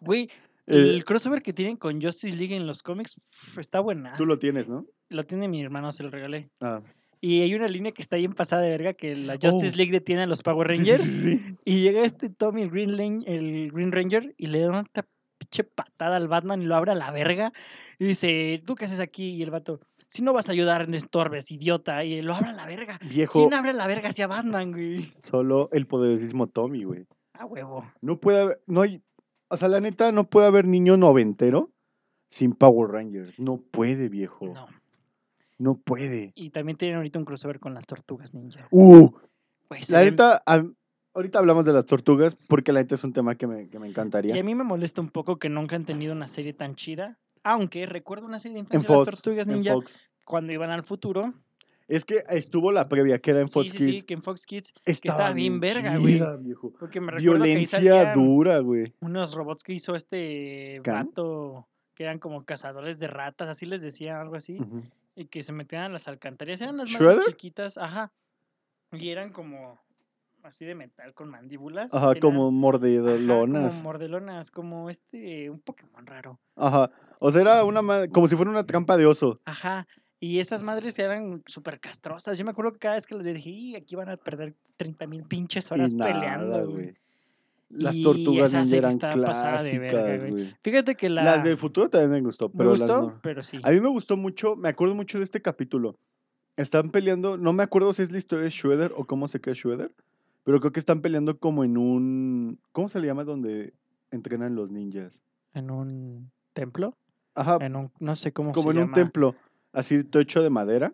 S1: Güey,
S2: Eh,
S1: el crossover que tienen con Justice League en los cómics pf, está buena.
S2: tú lo tienes, ¿no?
S1: Lo tiene mi hermano, se lo regalé.
S2: Ah,
S1: Y hay una línea que está bien pasada de verga que la Justice
S2: Oh.
S1: League detiene a los Power
S2: sí, sí,
S1: Rangers.
S2: sí, sí.
S1: Y llega este Tommy, el Green, Lan- el Green Ranger, y le da una ta- pinche patada al Batman y lo abre a la verga. Y dice, ¿tú qué haces aquí? Y el vato, si no vas a ayudar, no estorbes, idiota. Y lo abre a la verga.
S2: Viejo,
S1: ¿Quién abre a la verga hacia Batman, güey?
S2: solo el poderosismo Tommy, güey.
S1: A huevo.
S2: No puede haber, no hay, o sea, la neta, no puede haber niño noventero sin Power Rangers. No puede, viejo. No,
S1: No.
S2: puede.
S1: Y también tienen ahorita un crossover con las tortugas ninja. Pues,
S2: Uh,
S1: Güey, se
S2: la
S1: ven-
S2: neta, a- ahorita hablamos de las tortugas porque la neta es un tema que me, que me
S1: Y a
S2: encantaría.
S1: mí me molesta un poco que nunca han tenido una serie tan chida. Aunque recuerdo una serie de
S2: En
S1: infancia de
S2: Fox,
S1: las tortugas
S2: en
S1: ninja
S2: Fox.
S1: cuando iban al futuro.
S2: Es que estuvo la previa que era en
S1: sí,
S2: Fox
S1: sí,
S2: Kids.
S1: sí, que en Fox Kids.
S2: Estaba
S1: estaba bien verga, güey.
S2: chida, viejo.
S1: Porque me recuerdo que ahí
S2: Violencia
S1: salían-
S2: dura, güey.
S1: unos robots que hizo este
S2: ¿Can?
S1: vato que eran como cazadores de ratas, así les decían algo así,
S2: Ujú.
S1: y que se metían a las alcantarillas, eran las
S2: ¿Shredder?
S1: más chiquitas, ajá. Y eran como así de metal con mandíbulas.
S2: Ajá,
S1: eran-
S2: como
S1: ajá,
S2: mordelonas.
S1: como mordelonas, como este, un Pokémon raro.
S2: Ajá. O sea, era una ma- como si fuera una trampa de oso.
S1: Ajá. Y estas madres eran súper castrosas. Yo me acuerdo que cada vez que los veía dije, "Y, aquí van a perder 30 mil pinches
S2: Y
S1: horas
S2: nada,
S1: peleando, güey.
S2: güey. Las
S1: Y
S2: tortugas
S1: esa
S2: ninja
S1: serie
S2: eran
S1: estaba pasada de verga,
S2: clásicas,
S1: güey.
S2: güey.
S1: Fíjate que la...
S2: Las del futuro también me gustó,
S1: me
S2: pero las
S1: gustó,
S2: no.
S1: pero sí.
S2: A mí me gustó mucho, me acuerdo mucho de este capítulo. Están peleando, no me acuerdo si es la historia de Shredder o cómo se queda Shredder, pero creo que están peleando como en un... ¿Cómo se le llama donde entrenan los ninjas?
S1: En un templo,
S2: Ajá,
S1: en un, no sé cómo
S2: como
S1: se
S2: en un
S1: llama.
S2: templo, así todo hecho de madera,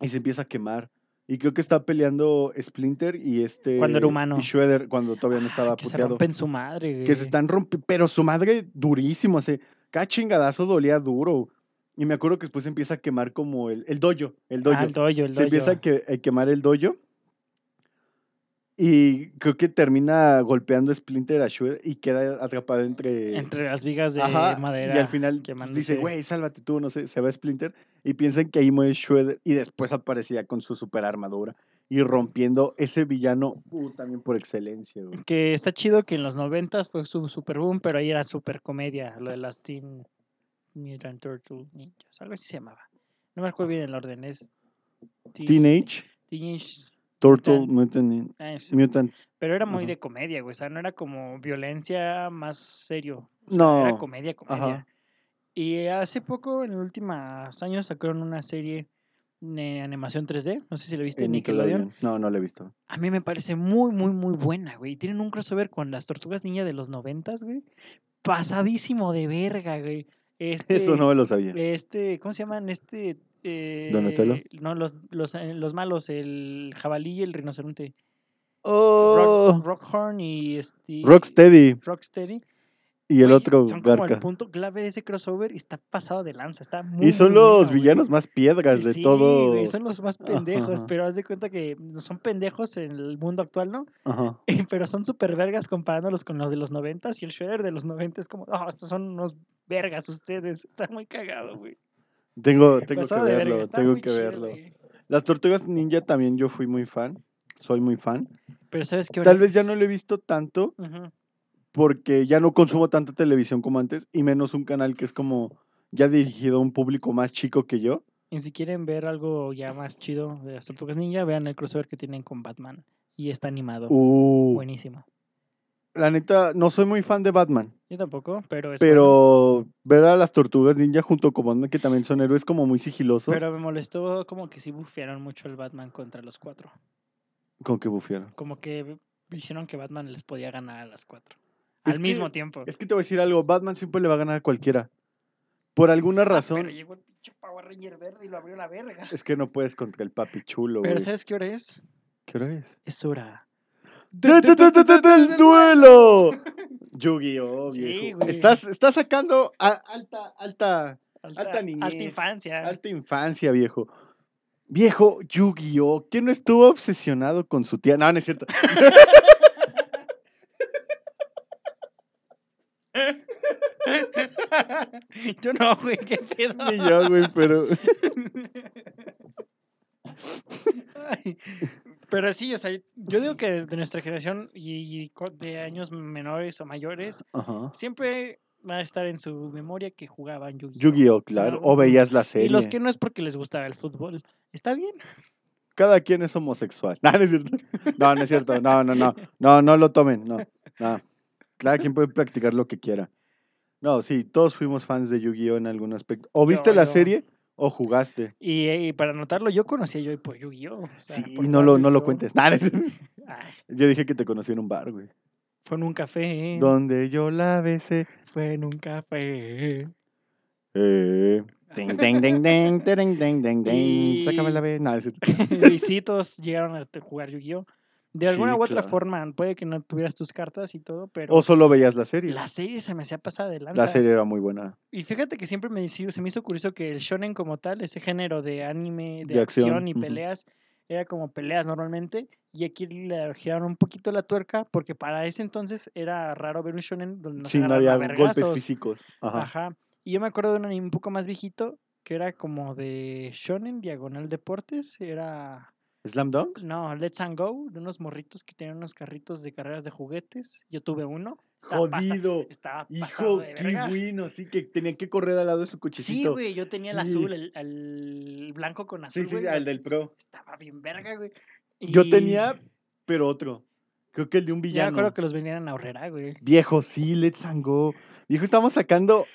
S2: y se empieza a quemar. Y creo que está peleando Splinter y este...
S1: Cuando era humano.
S2: Y Shredder cuando todavía no
S1: Ah,
S2: estaba
S1: que se
S2: puteado.
S1: rompen su madre, güey.
S2: que se están rompiendo, pero su madre durísimo, o sea, cada chingadazo dolía duro. Y me acuerdo que después empieza a quemar como el, el dojo, el dojo.
S1: Ah, el dojo, el
S2: se empieza a,
S1: dojo.
S2: que- a quemar el dojo. Y creo que termina golpeando Splinter a Shredder y queda atrapado entre...
S1: Entre las vigas de
S2: Ajá,
S1: madera.
S2: Y al final
S1: quemándose.
S2: dice, güey, sálvate tú, no sé, se va Splinter. Y piensan que ahí muere Shredder y después aparecía con su super armadura y rompiendo ese villano uh, también por excelencia, güey.
S1: Que está chido que en los noventas fue su super boom, pero ahí era super comedia, lo de las Teen Mutant Turtle Ninjas, algo así se llamaba. No me acuerdo bien el orden, es... Teen-
S2: Teenage
S1: Teenage...
S2: Turtle
S1: Mutant-
S2: Mutant Nin-
S1: ah, sí,
S2: Mutant.
S1: Pero era muy
S2: Ajá.
S1: de comedia, güey. O sea, no era como violencia más serio. O sea, Era
S2: No,
S1: comedia, comedia. Y hace poco, en los últimos años, sacaron una serie de animación 3D. No sé si la viste,
S2: en
S1: ¿Este Nickelodeon.
S2: Eh, Nickelodeon. No, no lo he visto.
S1: A mí me parece muy, muy, muy buena, güey. Tienen un crossover con las Tortugas Ninja de los noventas, güey. Pasadísimo de verga, güey. Este,
S2: Eso no me lo sabía.
S1: Este, ¿cómo se llaman? Este... Eh,
S2: ¿Donatello?
S1: No, los, los, eh, los malos, el jabalí y el rinoceronte.
S2: Oh,
S1: Rock, Rockhorn y este...
S2: Rocksteady
S1: Rocksteady.
S2: y el
S1: Güey,
S2: otro
S1: Son como el
S2: Garca.
S1: punto clave de ese crossover y está pasado de lanza. Está muy
S2: Y son
S1: muy bueno,
S2: los
S1: güey. Eh,
S2: villanos más piedras de
S1: Sí,
S2: todo.
S1: güey, son los más
S2: Ajá,
S1: pendejos,
S2: ajá.
S1: pero haz de cuenta que son pendejos en el mundo actual, ¿no?
S2: Ajá.
S1: pero son súper vergas comparándolos con los de los noventas y el Shredder de los noventas es como, oh, estos son unos vergas ustedes. Está muy cagado, güey.
S2: Tengo, tengo que
S1: Pasado de verga,
S2: verlo,
S1: está
S2: tengo
S1: muy
S2: que
S1: chido,
S2: verlo.
S1: güey.
S2: Las Tortugas Ninja también yo fui muy fan, soy muy fan.
S1: Pero sabes que
S2: Tal vez ya no lo he visto tanto porque ya no consumo tanta televisión como antes y menos un canal que es como ya dirigido a un público más chico que yo.
S1: Y si quieren ver algo ya más chido de las Tortugas Ninja, vean el crossover que tienen con Batman. Y está animado.
S2: Uh,
S1: Buenísimo.
S2: la neta, no soy muy fan de Batman.
S1: Yo tampoco, pero es bueno.
S2: Pero ver a las tortugas ninja junto con Batman, que también son héroes como muy sigilosos,
S1: Pero me molestó como que sí bufearon mucho el Batman contra los cuatro.
S2: con que bufiaron.
S1: Como que hicieron que Batman les podía ganar a las cuatro.
S2: Es
S1: al
S2: que-
S1: mismo tiempo.
S2: Es que te voy a decir algo, Batman siempre le va a ganar a cualquiera. Por alguna
S1: Ah,
S2: razón,
S1: pero llegó el pinche Power Ranger verde y lo abrió la verga.
S2: Es que no puedes contra el papi chulo,
S1: Pero
S2: güey.
S1: ¿sabes qué hora es?
S2: ¿Qué hora es?
S1: Es hora.
S2: ¡Del duelo! Yu-Gi-Oh,
S1: Sí,
S2: viejo.
S1: güey.
S2: Estás, estás sacando a- alta, alta,
S1: Alta,
S2: Alta niñez.
S1: alta infancia.
S2: alta infancia, viejo. Viejo Yu-Gi-Oh, ¿quién no estuvo obsesionado con su tía? No, no es cierto.
S1: Yo no, güey, qué pedo.
S2: Ni yo, güey, pero.
S1: Ay, Pero sí, o sea, yo digo que de nuestra generación y, y co- de años menores o mayores,
S2: Ajá.
S1: siempre va a estar en su memoria que jugaban Yu-Gi-Oh.
S2: Yu-Gi-Oh, claro. O veías la serie.
S1: Y los que no es porque les gustaba el fútbol. Está bien.
S2: Cada quien es homosexual. No, no es cierto. No, no es cierto. No, no, no. No, no lo tomen. No, no. Cada quien puede practicar lo que quiera. No, sí, todos fuimos fans de Yu-Gi-Oh en algún aspecto. O viste
S1: Yo,
S2: la
S1: yo.
S2: serie o jugaste.
S1: Y, y para anotarlo, yo conocí a Joy por Yu-Gi-Oh. o sea,
S2: sí,
S1: por
S2: no
S1: jugar
S2: lo, no lo
S1: Yu-Gi-Oh.
S2: cuentes. No, no es cierto.
S1: Ay,
S2: Yo dije que te conocí en un bar, güey.
S1: fue en un café.
S2: Donde yo la besé.
S1: Fue en un café.
S2: Eh. Ding, ding, ding, ding, ding, ding, ding, ding.
S1: Y-
S2: Sácame la vez. No, no es cierto.
S1: y sí, todos llegaron a te- jugar Yu-Gi-Oh! De alguna
S2: Sí,
S1: u otra
S2: claro.
S1: forma, puede que no tuvieras tus cartas y todo, pero
S2: O solo veías la serie.
S1: la serie se me hacía pasada de lanza.
S2: La serie era muy buena.
S1: Y fíjate que siempre me, hizo- se me hizo curioso que el shonen como tal, ese género de anime, de,
S2: De acción,
S1: acción, y
S2: ujú.
S1: peleas, era como peleas normalmente, y aquí le giraron un poquito la tuerca, porque para ese entonces era raro ver un shonen donde no se
S2: sí, no había
S1: agarraban a
S2: golpes
S1: vergazos.
S2: físicos. Ajá.
S1: Ajá. Y yo me acuerdo de un anime un poco más viejito, que era como de shonen, diagonal deportes, era...
S2: ¿Slam Dunk?
S1: No, Let's and Go, de unos morritos que tenían unos carritos de carreras de juguetes. Yo tuve uno. Estaba pasa-
S2: Jodido.
S1: estaba pasado
S2: Hijo,
S1: de
S2: qué
S1: verga.
S2: bueno, sí, que tenía que correr al lado de su
S1: Sí,
S2: cochecito.
S1: güey, yo tenía el
S2: Sí.
S1: azul, el, el blanco con azul,
S2: Sí, sí,
S1: güey.
S2: al del pro.
S1: Estaba bien verga, güey.
S2: Yo
S1: Y
S2: tenía, pero otro. Creo que el de un
S1: Ya me
S2: villano.
S1: acuerdo que los vendían a ahorrera, güey.
S2: Viejo, sí, Let's and Go. Viejo, estamos sacando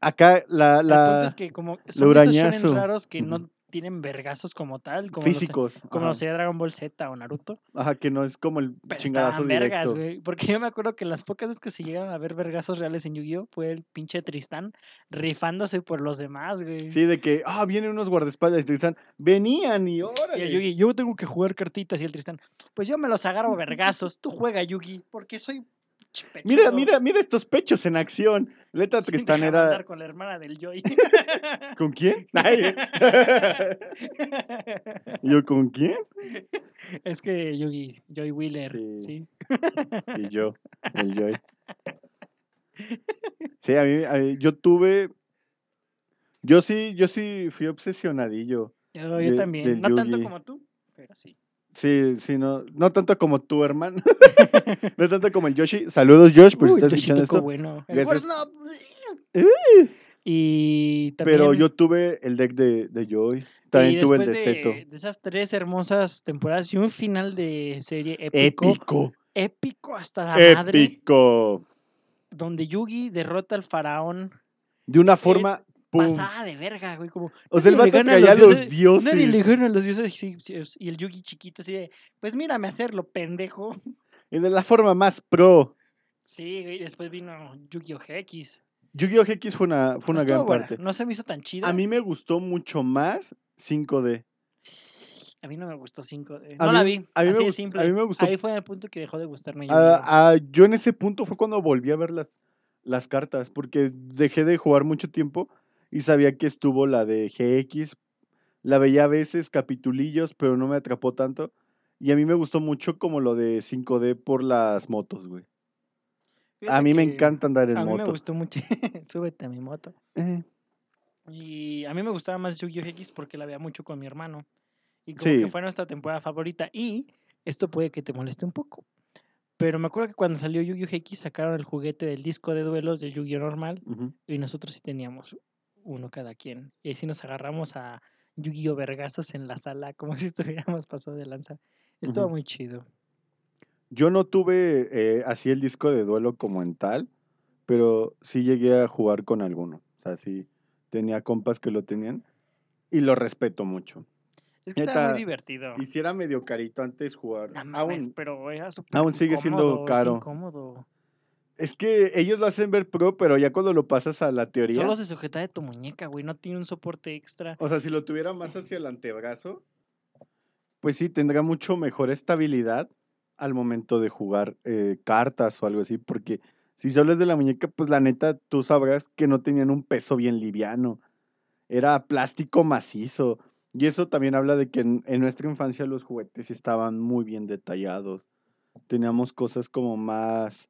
S2: acá la,
S1: El
S2: la
S1: punto es que como son de esos shonen
S2: urañazo.
S1: raros que no
S2: Ujú.
S1: tienen vergazos como tal, como los-
S2: físicos.
S1: como
S2: ajá,
S1: los de Dragon Ball Z o Naruto.
S2: ajá, que no es como el
S1: Pero
S2: chingadazo
S1: estaban vergas,
S2: directo.
S1: güey. Porque yo me acuerdo que las pocas veces que se llegaron a ver vergazos reales en Yu-Gi-Oh! fue el pinche Tristán rifándose por los demás, güey.
S2: sí, de que, ah, vienen unos guardaespaldas y te dicen, venían
S1: Y
S2: y
S1: el
S2: órale.
S1: Yugi, yo tengo que jugar cartitas y el Tristán, pues yo me los agarro a vergazos, tú juega Yugi, porque soy pinche
S2: Mira,
S1: pechudo".
S2: mira, mira estos pechos en acción. Leta
S1: Y
S2: Tristán
S1: dejaba
S2: era.
S1: andar con la hermana del Joy.
S2: ¿Con quién? Ay.
S1: eh.
S2: ¿Yo con quién?
S1: es que Yugi, Joy Wheeler,
S2: Sí.
S1: sí.
S2: Y yo, el Joy. Sí, a mí, a mí- yo tuve. Yo sí, yo sí fui obsesionadillo.
S1: Yo, yo
S2: De- del
S1: también, no tanto
S2: Yugi.
S1: como tú, pero sí.
S2: Sí, sí, no, no tanto como tu hermano. no tanto como el Yoshi. Saludos, Josh, por si
S1: Uy,
S2: pues, estás
S1: Yoshi
S2: escuchando
S1: tocó
S2: esto.
S1: bueno. El
S2: Gracias.
S1: Warsnop. Y también,
S2: Pero yo tuve el deck de, de Joy. También
S1: y
S2: tuve el de
S1: después
S2: Zeto.
S1: de esas tres hermosas temporadas y un final de serie épico, épico,
S2: Épico.
S1: hasta la madre,
S2: Épico.
S1: donde Yugi derrota al faraón
S2: De una forma. pum.
S1: pasada de verga, güey, como
S2: O sea, el
S1: nadie
S2: vato
S1: Eh, le gana a
S2: traía a
S1: los
S2: los dioses.
S1: nadie le gana a los dioses sí, sí, sí, y el Yugi chiquito así de, pues mírame hacerlo, pendejo.
S2: Y de la forma más pro.
S1: Sí, güey, después vino Yugi OGX.
S2: Yu-Gi-Oh! GX fue una, fue una
S1: Estuvo
S2: gran
S1: buena,
S2: parte.
S1: No se me hizo tan chida.
S2: A mí me gustó mucho más 5D.
S1: A mí no me gustó 5.
S2: A
S1: No la
S2: mí-
S1: vi.
S2: a mí me
S1: así de
S2: gust- a
S1: simple.
S2: mí me gustó-
S1: Ahí fue el punto que dejó de gustarme. Yu-Gi-Oh.
S2: Ah, ah, yo en ese punto fue cuando volví a ver las, las cartas, porque dejé de jugar mucho tiempo y sabía que estuvo la de GX. La veía a veces capitulillos, pero no me atrapó tanto. Y a mí me gustó mucho como lo de 5D por las motos, güey. A
S1: Fíjate
S2: mí me
S1: que
S2: encanta andar en
S1: A mí me
S2: moto.
S1: gustó mucho. Súbete a mi moto.
S2: Eh,
S1: Y a mí me gustaba más Yu-Gi-Oh! X porque la veía mucho con mi hermano. Y como
S2: Sí.
S1: que fue nuestra temporada favorita. Y esto puede que te moleste un poco. Pero me acuerdo que cuando salió Yu-Gi-Oh! X sacaron el juguete del disco de duelos de Yu-Gi-Oh! normal.
S2: ujú.
S1: Y nosotros sí teníamos uno cada quien. Y así nos agarramos a Yu-Gi-Oh! Vergazos en la sala, como si estuviéramos pasado de lanza. Estuvo
S2: Ujú.
S1: muy chido.
S2: Yo no tuve eh, así el disco de duelo como en tal, pero sí llegué a jugar con alguno. O sea, sí tenía compas que lo tenían y lo respeto mucho.
S1: Es que estaba
S2: Neta,
S1: muy divertido.
S2: Hiciera medio carito antes jugar.
S1: No mames,
S2: aún
S1: pero era súper
S2: aún sigue siendo
S1: incómodo, es
S2: caro.
S1: incómodo.
S2: Es que ellos lo hacen ver pro, pero ya cuando lo pasas a la teoría.
S1: Solo se sujeta de tu muñeca, güey. No tiene un soporte extra.
S2: O sea, si lo tuviera más hacia el antebrazo, pues sí, tendrá mucho mejor estabilidad al momento de jugar eh, cartas o algo así, porque si solo es de la muñeca, pues la neta, tú sabrás que no tenían un peso bien liviano. Era plástico macizo. Y eso también habla de que en, en nuestra infancia los juguetes estaban muy bien detallados. Teníamos cosas como más...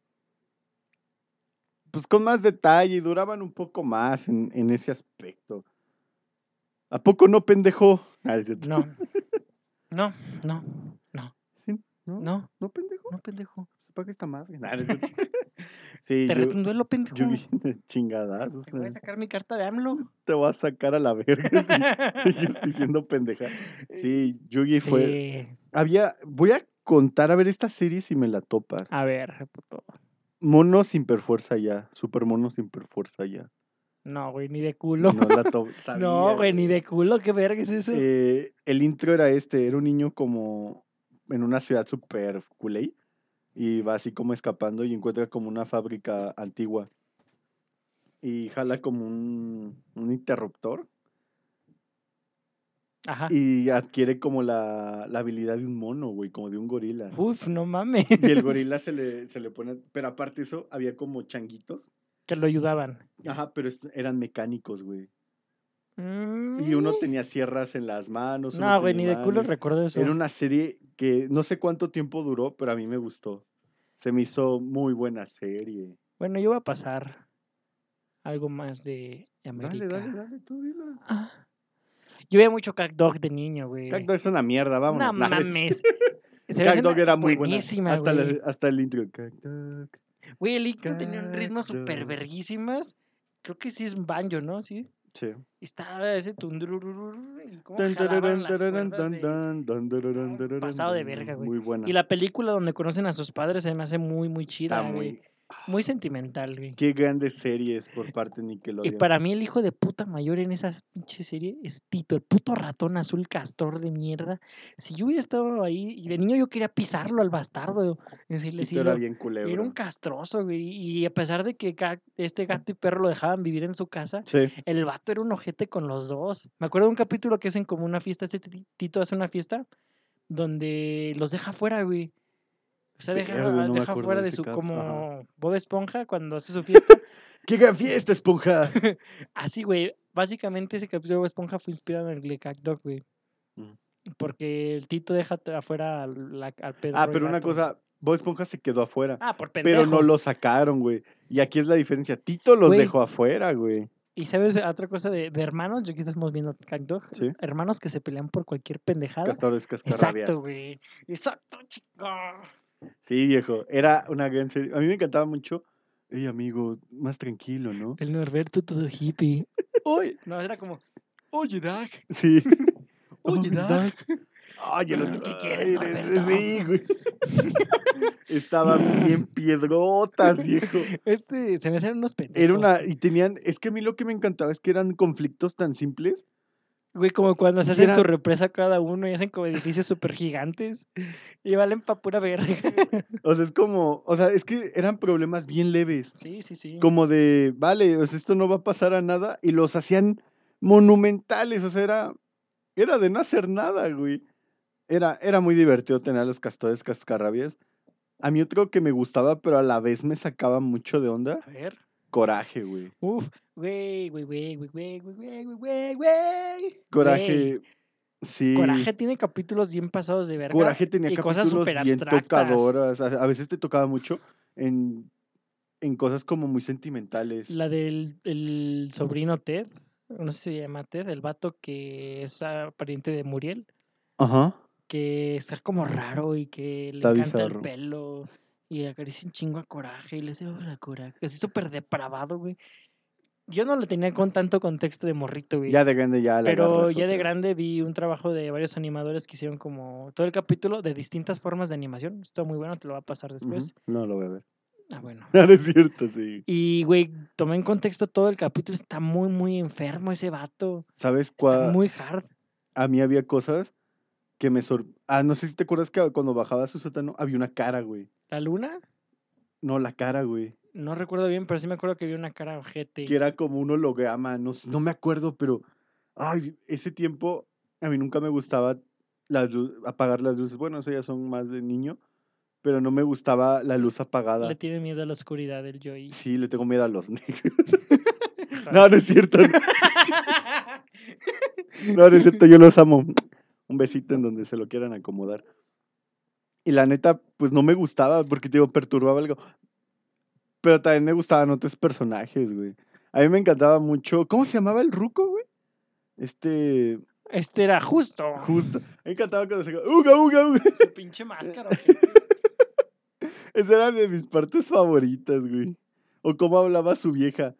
S2: Pues con más detalle y duraban un poco más en, en ese aspecto. ¿A poco no, pendejo? Ah, es cierto.
S1: No. No, no, no,
S2: Sí, ¿No?
S1: no,
S2: ¿No, pendejo?
S1: no, pendejo.
S2: ¿Se paga esta madre? Ah, es cierto.
S1: Te
S2: sí, yo,
S1: reto un duelo, pendejo.
S2: yo vi- chingadazos.
S1: Te voy a sacar mi carta de AMLO.
S2: Te vas a sacar a la verga. sí. Sigues diciendo pendeja. Sí, Yugi fue. Había. Voy a contar a ver esta serie si me la topas.
S1: A ver, puto.
S2: Mono sin perfuerza ya. Super mono sin perfuerza ya.
S1: No, güey, ni de culo.
S2: No la to- sabía,
S1: No, güey, ni de culo. ¿Qué verga es eso?
S2: Eh, el intro era este: era un niño como en una ciudad super culé. Y va así como escapando y encuentra como una fábrica antigua. Y jala como un, un interruptor.
S1: Ajá.
S2: Y adquiere como la, la habilidad de un mono, güey, como de un gorila.
S1: Uf, no mames.
S2: Y el gorila se le, se le pone. Pero aparte eso, había como changuitos.
S1: Que lo ayudaban.
S2: Ajá, pero es- eran mecánicos, güey. Y uno tenía sierras en las manos. uno
S1: Mm. No, güey, ni
S2: tenía
S1: de culo
S2: imanes.
S1: recuerdo eso.
S2: Era una serie que no sé cuánto tiempo duró, pero a mí me gustó. Se me hizo muy buena serie.
S1: Bueno, yo voy a pasar algo más de América.
S2: Dale, dale, dale, tú dila.
S1: Ah. Yo veía mucho CatDog de niño, güey.
S2: Cag Dog es una mierda,
S1: No
S2: vamos.
S1: mames. Se me
S2: Cag
S1: hace
S2: Dog
S1: una-
S2: era muy buena.
S1: buenísima,
S2: Hasta, la-
S1: güey.
S2: hasta el intro. Cag Dog.
S1: Güey, el Ictus tenía un ritmo
S2: Cactus.
S1: súper verguísimas. Creo que sí es un banjo, ¿no? Sí.
S2: Sí.
S1: Y Estaba ese tundurururur y cómo
S2: Tan,
S1: jalaban
S2: tararán,
S1: las
S2: tararán,
S1: cuerdas
S2: tan,
S1: de-
S2: tan, tan, tararán,
S1: Estaba
S2: tararán,
S1: pasado de
S2: tan.
S1: verga, güey.
S2: Muy buena.
S1: Y la película donde conocen a sus padres se me hace muy, muy chida,
S2: Está
S1: güey.
S2: muy...
S1: Muy... sentimental, güey.
S2: Qué grandes series por parte de
S1: Y
S2: Nickelodeon.
S1: para mí el hijo de puta mayor en esa pinche serie es Tito, el puto ratón azul castor de mierda. Si yo hubiera estado ahí, y de niño yo quería pisarlo al bastardo, decirle
S2: Tito
S1: sí.
S2: era
S1: lo-
S2: bien culebro.
S1: Era un castroso, güey. Y a pesar de que ga- este gato y perro lo dejaban vivir en su casa,
S2: Sí.
S1: el vato era un ojete con los dos. Me acuerdo de un capítulo que hacen como una fiesta, este ti- Tito hace una fiesta donde los deja fuera, güey. O sea, deja,
S2: Verga, no me
S1: deja
S2: acuerdo
S1: fuera
S2: de
S1: de
S2: ese
S1: su,
S2: cap,
S1: como
S2: ajá.
S1: Bob Esponja cuando hace su fiesta.
S2: ¡Qué gran fiesta, esponja!
S1: Así, güey. Básicamente ese capítulo de Bob Esponja fue inspirado en el de Cat Dog, güey.
S2: Mm.
S1: Porque el Tito deja t- afuera al, la- al perro
S2: ah,
S1: y
S2: pero una
S1: gato.
S2: cosa, Bob Esponja se quedó afuera,
S1: Ah, por pendejo.
S2: pero no lo sacaron, güey. Y aquí es la diferencia. Tito los
S1: Güey.
S2: dejó afuera, güey.
S1: Y sabes otra cosa de, de hermanos, yo que estamos viendo Cat Dog,
S2: Sí.
S1: hermanos que se pelean por cualquier pendejada.
S2: Castores Cascarrabias.
S1: Exacto, güey. Exacto, chico.
S2: Sí, viejo. Era una gran serie. A mí me encantaba mucho. Ey, amigo, más tranquilo, ¿no?
S1: El Norberto todo hippie.
S2: ¡Oye!
S1: No, era como, oye, Doug,
S2: Sí.
S1: oye,
S2: Oye,
S1: Doug.
S2: Ay, el otro,
S1: ¿Qué quieres,
S2: ay,
S1: Norberto?
S2: Sí, güey. Estaban bien piedrotas, viejo.
S1: Este, se me hacen unos pendejos.
S2: Era una. Y tenían. Es que a mí lo que me encantaba es que eran conflictos tan simples.
S1: Güey, como cuando se
S2: Y
S1: hacen
S2: era-
S1: su represa cada uno y hacen como edificios súper gigantes y valen pa' pura verga.
S2: O sea, es como. O sea, es que eran problemas bien leves.
S1: Sí, sí, sí.
S2: Como de. Vale, o sea, esto no va a pasar a nada. Y los hacían monumentales. O sea, era. Era de no hacer nada, güey. Era, era muy divertido tener a los castores cascarrabias. A mí otro que me gustaba, pero a la vez me sacaba mucho de onda.
S1: A ver.
S2: Coraje, güey.
S1: Uf, güey, güey, güey, güey, güey, güey, güey, güey, güey, güey. Güey,
S2: Coraje. Sí.
S1: Coraje tiene capítulos bien pasados de verga.
S2: Coraje tenía
S1: y cosas
S2: capítulos
S1: súper
S2: bien
S1: abstractas.
S2: tocadoras. A, a veces te tocaba mucho en, en cosas como muy sentimentales.
S1: La del el sobrino Ted, no sé si se llama Ted, el vato que es ah, pariente de Muriel,
S2: Ajá.
S1: que está como raro y que le
S2: Está
S1: encanta
S2: bizarro.
S1: el pelo y acaricia un chingo a coraje y le dice, hola coraje, así súper depravado, güey. Yo no lo tenía con tanto contexto de morrito, güey.
S2: Ya de grande ya la
S1: pero
S2: agarras
S1: ya de
S2: otra.
S1: grande vi un trabajo de varios animadores que hicieron como todo el capítulo de distintas formas de animación. Está muy bueno, te lo va a pasar
S2: Ujú.
S1: después.
S2: No lo voy a ver.
S1: Ah, bueno.
S2: No, no es cierto, sí.
S1: Y, güey, tomé en contexto todo el capítulo. Está muy, muy enfermo ese vato.
S2: ¿Sabes
S1: Está
S2: cuál?
S1: muy hard.
S2: A mí había cosas que me sor... Ah, no sé si te acuerdas que cuando bajaba a su sótano había una cara, güey.
S1: ¿La luna?
S2: No, la cara, güey.
S1: No recuerdo bien, pero sí me acuerdo que vi una cara ojete.
S2: que era como un holograma, no, s- no me acuerdo, pero ay, ese tiempo a mí nunca me gustaba las lu- apagar las luces. Bueno, eso ya son más de niño, pero no me gustaba la luz apagada.
S1: Le tiene miedo a la oscuridad el Joey.
S2: Sí, le tengo miedo a los negros. No, no es cierto. No, no es cierto, yo los amo. Un besito en donde se lo quieran acomodar. Y la neta, pues no me gustaba porque, te digo, perturbaba algo. Pero también me gustaban otros personajes, güey. A mí me encantaba mucho. ¿Cómo se llamaba el ruco, güey? Este.
S1: Este era justo.
S2: Justo. Me encantaba cuando se. ¡Uga, uga, uga!
S1: Su pinche máscara. ojete.
S2: Esa era de mis partes favoritas, güey. O cómo hablaba su vieja.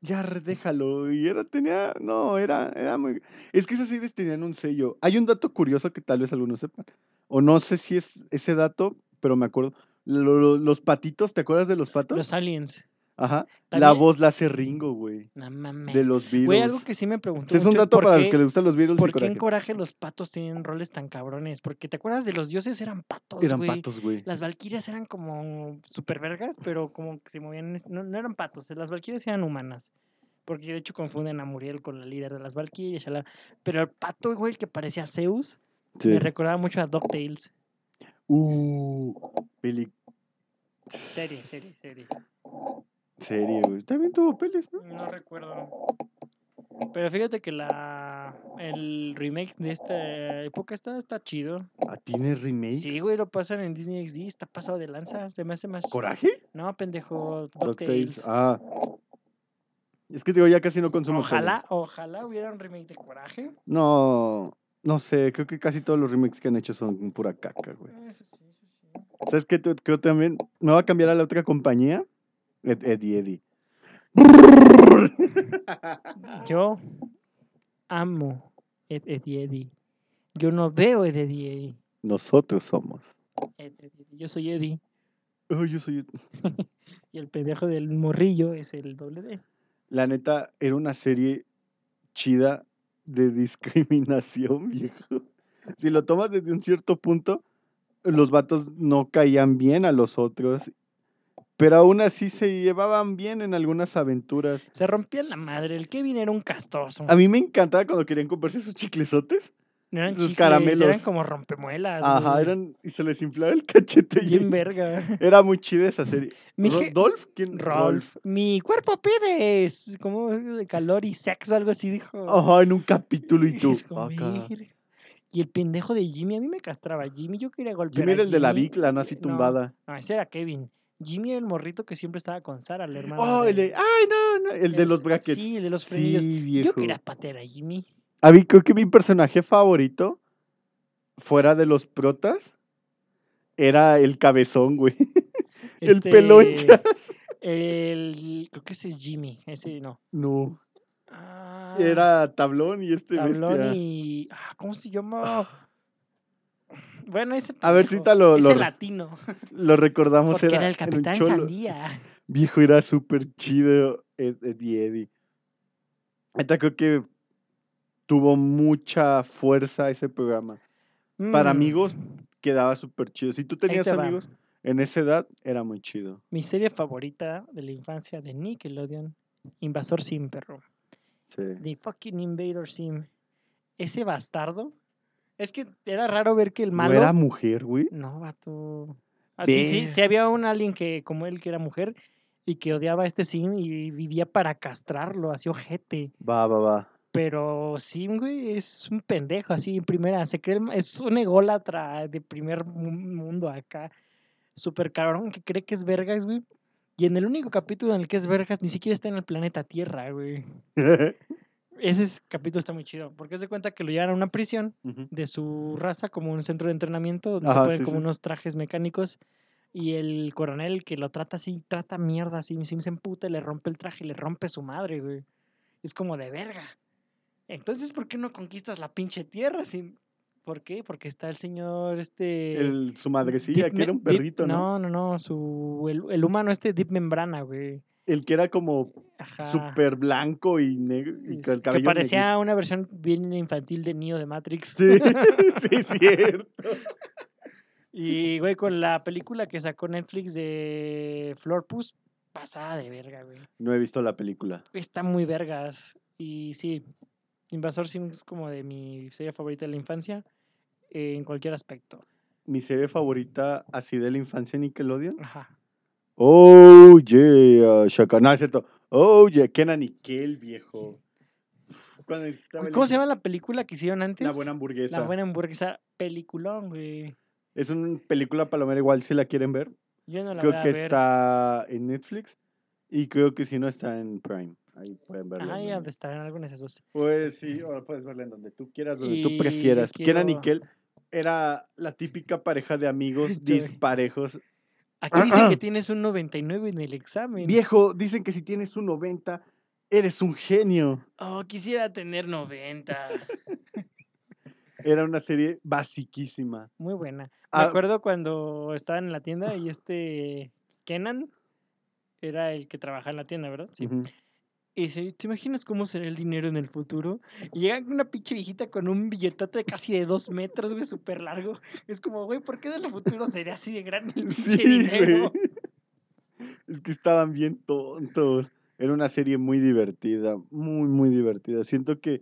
S2: Ya, re- déjalo. Y era, tenía, no, era, era muy... Es que esas series tenían un sello. Hay un dato curioso que tal vez algunos sepan. O no sé si es ese dato, pero me acuerdo. Lo- lo- los patitos, ¿te acuerdas de los patos?
S1: Los aliens.
S2: Ajá. La
S1: También-
S2: voz la hace Ringo, güey.
S1: No mames.
S2: De los Beatles.
S1: Güey, algo que sí me preguntó.
S2: Ese es un
S1: mucho
S2: dato
S1: por
S2: para
S1: qué-
S2: los que les gustan los Beatles y
S1: ¿Por qué en
S2: Coraje.
S1: Coraje los patos tienen roles tan cabrones? Porque te acuerdas de los dioses eran patos,
S2: Eran
S1: güey.
S2: patos, güey.
S1: Las valquirias eran como super vergas, pero como que se movían. en es- No, no eran patos, eh, las valquirias eran humanas. Porque de hecho confunden a Muriel con la líder de las valquirias. shalala. Pero el pato, güey, el que parecía Zeus,
S2: Sí.
S1: me recordaba mucho a DuckTales.
S2: Uh, peli-
S1: Serie, serie, serie.
S2: serie, güey. También tuvo pelis, ¿no?
S1: No recuerdo. Pero fíjate que la el remake de esta época está, está chido.
S2: Ah, ¿Tiene remake?
S1: Sí, güey, lo pasan en Disney XD, está pasado de lanza, se me hace más...
S2: ¿Coraje?
S1: No, pendejo,
S2: DuckTales.
S1: DuckTales.
S2: Ah. Es que te digo, ya casi no consumo. tele.
S1: Ojalá, ojalá hubiera un remake de Coraje.
S2: No, no sé, creo que casi todos los remakes que han hecho son pura caca, güey.
S1: Ah, Eso sí, eso sí.
S2: ¿Sabes qué? Te- Creo también, me va a cambiar a la otra compañía. Ed- Eddie, Eddie.
S1: Yo amo Ed, Eddie Eddie. Yo no veo Ed, Eddie Eddie.
S2: Nosotros somos.
S1: Ed, Eddie, Eddie. Yo soy Eddie.
S2: Oh, yo soy...
S1: Y el pendejo del morrillo es el doble D.
S2: La neta, era una serie chida de discriminación, viejo. Si lo tomas desde un cierto punto, los vatos no caían bien a los otros, pero aún así se llevaban bien en algunas aventuras.
S1: Se rompía la madre. El Kevin era un castroso.
S2: A mí me encantaba cuando querían comprarse sus chiclesotes.
S1: No eran
S2: sus
S1: chicles,
S2: caramelos.
S1: eran como rompemuelas.
S2: Ajá,
S1: güey.
S2: eran y se les inflaba el cachete. y-
S1: Bien verga.
S2: Era muy chida esa serie.
S1: Mi je-
S2: ¿Rodolf? ¿Quién?
S1: Rolf, mi cuerpo pide es- como de calor y sexo, algo así dijo.
S2: Ajá, en un capítulo Oh, y
S1: Y
S2: tú. ah".
S1: es como,
S2: acá.
S1: "Verga". Y el pendejo de Jimmy, a mí me castraba. Jimmy, yo quería golpear.
S2: Jimmy
S1: a
S2: era el de la
S1: Jimmy.
S2: bicla, no así
S1: No.
S2: tumbada.
S1: No, ese era Kevin. Jimmy era el morrito que siempre estaba con Sara, la hermana.
S2: Oh, el de, ay, no, no, el de los brackets.
S1: Sí, el de los
S2: Sí,
S1: frenillos.
S2: viejo.
S1: yo quería patear a Jimmy.
S2: A mí creo que mi personaje favorito, fuera de los protas, era el cabezón, güey. El pelo
S1: Este,
S2: echas.
S1: El. Creo que ese es Jimmy. Ese no.
S2: No.
S1: Ah,
S2: Era tablón y este
S1: Tablón
S2: bestia.
S1: y. ah, ¿Cómo se llama? Bueno, ese.
S2: A ver,
S1: pendejo,
S2: cita lo,
S1: Ese
S2: lo,
S1: latino.
S2: lo recordamos.
S1: Porque era,
S2: Era,
S1: el
S2: un
S1: capitán
S2: cholo.
S1: Sandía.
S2: Viejo, era súper chido eh, Ed- Eddie Eddie. Ahorita creo que tuvo mucha fuerza ese programa. Para
S1: Mm,
S2: amigos, Quedaba súper chido. Si tú
S1: ahí
S2: tenías
S1: te va.
S2: amigos en esa edad, era muy chido.
S1: Mi serie favorita de la infancia de Nickelodeon, Invasor Sim, perro.
S2: Sí.
S1: The fucking Invader Sim. Ese bastardo. Es que era raro ver que el
S2: No
S1: malo.
S2: era mujer, güey.
S1: No, vato. Ah, sí, sí,
S2: Ver.
S1: sí había un alien que, como él, que era mujer y que odiaba a este Sim y vivía para castrarlo, así ojete.
S2: Va, va, va.
S1: Pero Sim, güey, es un pendejo, así en primera. Se cree, el ma- es un ególatra de primer mu- mundo acá. Súper cabrón que cree que es vergas, güey. Y en el único capítulo en el que es vergas, ni siquiera está en el planeta Tierra, güey. Ese es- capítulo está muy chido, porque se cuenta que lo llevan a una prisión
S2: Ujú.
S1: de su raza, como un centro de entrenamiento, donde
S2: Ajá,
S1: se ponen
S2: sí,
S1: como
S2: sí.
S1: unos trajes mecánicos. Y el coronel que lo trata así, trata mierda, así, Sim se emputa, le rompe el traje, le rompe su madre, güey. Es como de verga. Entonces, ¿por qué no conquistas la pinche tierra? Sim? ¿Por qué? Porque está el señor este...
S2: El- su madrecilla,
S1: Deep
S2: que
S1: Me-
S2: era un
S1: Deep-
S2: perrito, ¿no?
S1: No, no, no, su, el, el humano este Deep Membrana, güey.
S2: El que era como
S1: Ajá.
S2: súper blanco y negro. Y
S1: Ah. Es-
S2: con el
S1: que
S2: cabello
S1: parecía una versión bien infantil de Neo de Matrix.
S2: negrizo. Sí, sí, cierto.
S1: Y, güey, con la película que sacó Netflix de Florpus, pasada de verga, güey.
S2: No he visto la película.
S1: Está muy vergas. Y sí, Invasor Sim es como de mi serie favorita de la infancia eh, en cualquier aspecto.
S2: Mi serie favorita así de la infancia Nickelodeon.
S1: Ajá.
S2: Oh, yeah, Shaka. No, es cierto. Oh, yeah, Kenan y Kel, viejo. Cuando estaba
S1: Güey,
S2: el-
S1: ¿Cómo se llama la película que hicieron antes?
S2: La buena hamburguesa.
S1: La buena hamburguesa. Peliculón, güey.
S2: Es una película palomera igual si la quieren ver.
S1: Yo no la voy
S2: creo
S1: a
S2: que
S1: ver.
S2: está en Netflix y creo que si no está en Prime. Ahí pueden verla.
S1: Ajá,
S2: en
S1: ya
S2: donde-
S1: dónde está, en alguna de esas dos.
S2: Pues sí, ahora puedes verla en donde tú quieras, donde
S1: Y
S2: tú
S1: yo
S2: prefieras. Kenan y
S1: quiero-
S2: Kel era la típica pareja de amigos
S1: Ya vi.
S2: disparejos.
S1: Aquí dicen que tienes un 99 en el examen.
S2: Viejo, dicen que si tienes un 90, eres un genio.
S1: Oh, quisiera tener 90.
S2: Era una serie basiquísima.
S1: Muy buena. Me
S2: Ah.
S1: acuerdo cuando estaba en la tienda y este Kenan era el que trabajaba en la tienda, ¿verdad? Sí.
S2: Ujú.
S1: Y dice, ¿te imaginas cómo será el dinero en el futuro? Y llega una pinche viejita con un billetote de casi de dos metros, güey, súper largo. Es como, güey, ¿por qué en el futuro sería así de grande el pinche
S2: Sí,
S1: dinero?
S2: güey. Es que estaban bien tontos. Era una serie muy divertida, muy, muy divertida. Siento que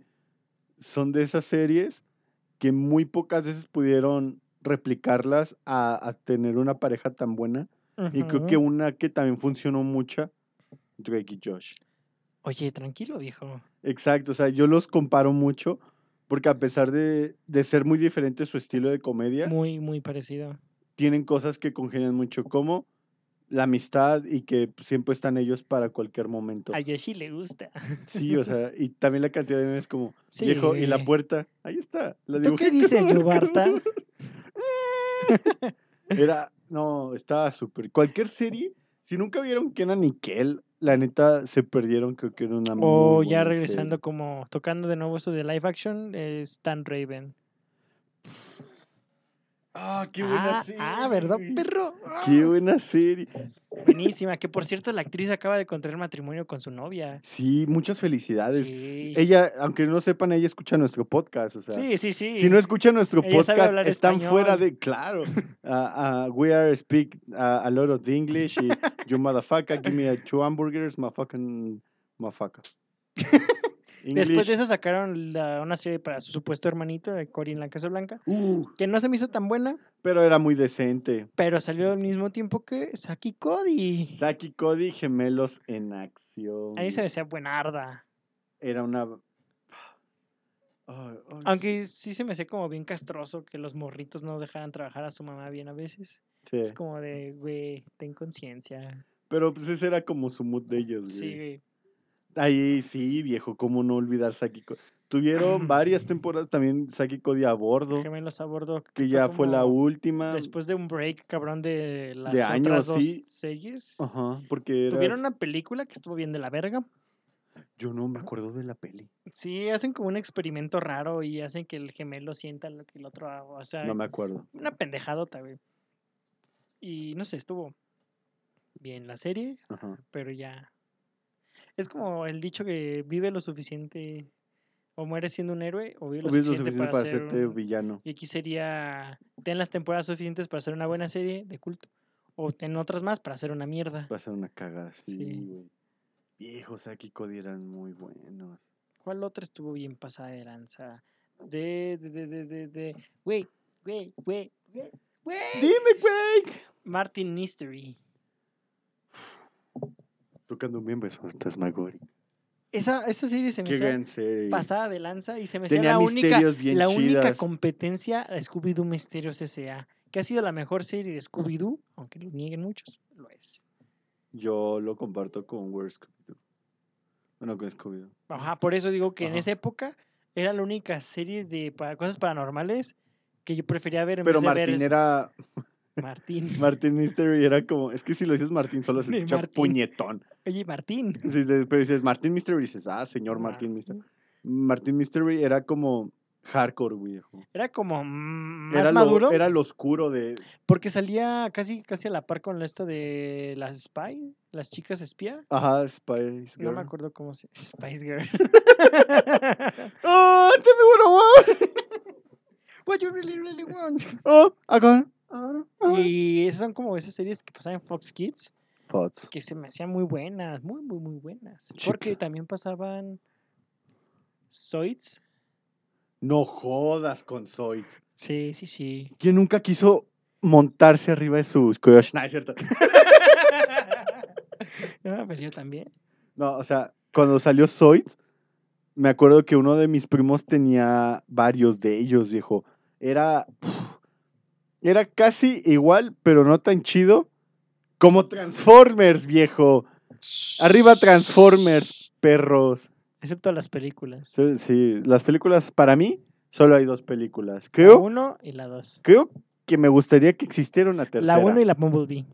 S2: son de esas series que muy pocas veces pudieron replicarlas a, a tener una pareja tan buena. Y creo que
S1: Ujú.
S2: una que también funcionó mucha, Drake y Josh.
S1: Oye, tranquilo, viejo.
S2: Exacto, o sea, yo los comparo mucho porque a pesar de, de ser muy diferente su estilo de comedia,
S1: Muy, muy parecido.
S2: tienen cosas que congenian mucho, como la amistad y que siempre están ellos para cualquier momento.
S1: A Yoshi le gusta.
S2: Sí, o sea, y también la cantidad de memes como,
S1: Sí,
S2: viejo, y la
S1: güey.
S2: puerta, ahí está. La
S1: ¿Tú qué
S2: dibujé con
S1: dices,
S2: marcador".
S1: Yobarta?
S2: Era, no, estaba súper. Cualquier serie, si nunca vieron Kenan y Kel, la neta se perdieron, creo que era una
S1: O
S2: muy
S1: Oh, ya
S2: buena
S1: regresando
S2: serie.
S1: como tocando de nuevo eso de live action, es Stan Raven.
S2: Ah, qué buena
S1: ah,
S2: serie.
S1: ah, ¿verdad,
S2: güey.
S1: perro?
S2: Qué
S1: Ah,
S2: buena serie.
S1: Buenísima, que por cierto la actriz acaba de contraer matrimonio con su novia.
S2: Sí, muchas felicidades.
S1: Sí.
S2: Ah, Ella, aunque no sepan, ella escucha nuestro podcast, o sea.
S1: sí, sí, sí.
S2: Si no escuchan nuestro
S1: Ella sabe
S2: podcast,
S1: hablar
S2: están fuera
S1: español.
S2: de. Claro. Ah, ah, we are speak ah, a lot of the English. y you motherfucker, give me a two hamburgers, motherfucking motherfucker.
S1: Después
S2: English.
S1: de eso sacaron la- una serie para su supuesto hermanito, de Cory en la Casa Blanca,
S2: Uh,
S1: que no se me hizo tan buena,
S2: pero era muy decente.
S1: pero salió al mismo tiempo que Saki Cody.
S2: Saki Cody, gemelos en acción.
S1: Ahí se me hacía buenarda.
S2: Era una. Ay, ay,
S1: Aunque sí se me hacía como bien castroso que los morritos no dejaran trabajar a su mamá bien a veces.
S2: sí.
S1: Es como de, güey, ten conciencia.
S2: Pero pues ese era como su mood de ellos.
S1: Sí,
S2: güey.
S1: güey.
S2: Ahí sí, viejo, cómo no olvidar Saki Cody. Tuvieron varias temporadas también Saki Cody a bordo,
S1: Gemelos a bordo.
S2: que ya fue la
S1: como
S2: última.
S1: Después de un break, cabrón, de las
S2: De
S1: otras
S2: años,
S1: dos
S2: sí.
S1: series.
S2: Ajá, porque era-
S1: Tuvieron una película que estuvo bien de la verga.
S2: yo no
S1: Ah.
S2: me acuerdo de la peli.
S1: Sí, hacen como un experimento raro y hacen que el gemelo sienta lo que el otro haga. O sea,
S2: No me acuerdo.
S1: una pendejadota, güey. Y no sé, estuvo bien la serie,
S2: Ajá.
S1: pero ya. Es como el dicho que vive lo suficiente o mueres siendo un héroe o vive lo
S2: Hubiera sido
S1: suficiente,
S2: suficiente
S1: para,
S2: para
S1: ser
S2: hacerte
S1: un-
S2: este villano.
S1: Y aquí sería, ten las temporadas suficientes para hacer una buena serie de culto. O ten otras más para hacer una mierda.
S2: Va a ser una cagada, sí,
S1: Sí.
S2: güey. Viejo, Saki Cody eran muy buenos.
S1: ¿Cuál otra estuvo bien pasada de lanza? De, de, de, de, de, de. Güey, güey, güey, güey, güey.
S2: Dime, güey.
S1: Martin Mystery.
S2: Tocando un miembro fantasmagórico.
S1: Esa, esa serie se me
S2: Qué
S1: hacía
S2: gran serie.
S1: pasada de lanza y se me hacía
S2: Tenía
S1: la única,
S2: misterios bien
S1: la única
S2: chidas.
S1: competencia a Scooby-Doo Misterios S.A., que ha sido la mejor serie de Scooby-Doo, aunque lo nieguen muchos, lo es.
S2: Yo lo comparto con Where Scooby-Doo. Bueno, con Scooby-Doo.
S1: Ajá, por eso digo que en
S2: Ajá.
S1: esa época era la única serie de para cosas paranormales que yo prefería ver en
S2: Pero
S1: vez de ver
S2: Martín
S1: es-
S2: era.
S1: Martín.
S2: Martín Mystery era como. Es que si lo dices Martín, solo se
S1: De
S2: escucha
S1: Martín.
S2: puñetón.
S1: Oye, Martín.
S2: Sí, de- Pero dices Martín Mystery, dices, ah, señor Martín Mystery. Martín Mystery era como hardcore, viejo.
S1: Era como mm, más
S2: Era lo,
S1: maduro.
S2: era lo oscuro de.
S1: Porque salía casi, casi a la par con esto de las Spy, las chicas espía.
S2: Ajá, Spice Girl.
S1: No me acuerdo cómo se. Spice Girl.
S2: Oh, tell me what I want.
S1: What you really, really want.
S2: Oh, I got
S1: Y esas son como esas series que pasaban en Fox Kids,
S2: Pots.
S1: que se me hacían muy buenas, muy, muy, muy buenas.
S2: Chica.
S1: Porque también pasaban Zoids.
S2: No jodas con Zoid.
S1: Sí, sí, sí.
S2: ¿Quién nunca quiso montarse arriba de sus crush? No, es cierto.
S1: Ah, pues yo también.
S2: No, o sea, cuando salió Zoid, me acuerdo que uno de mis primos tenía varios de ellos, viejo. Era. pf, Era casi igual, pero no tan chido. Como Transformers, viejo. Arriba Transformers, perros.
S1: Excepto las películas.
S2: Sí, sí, las películas, para mí, solo hay dos películas.
S1: La
S2: Creo,
S1: 1 y la 2.
S2: creo que me gustaría que existiera una tercera.
S1: La 1 y la Bumblebee.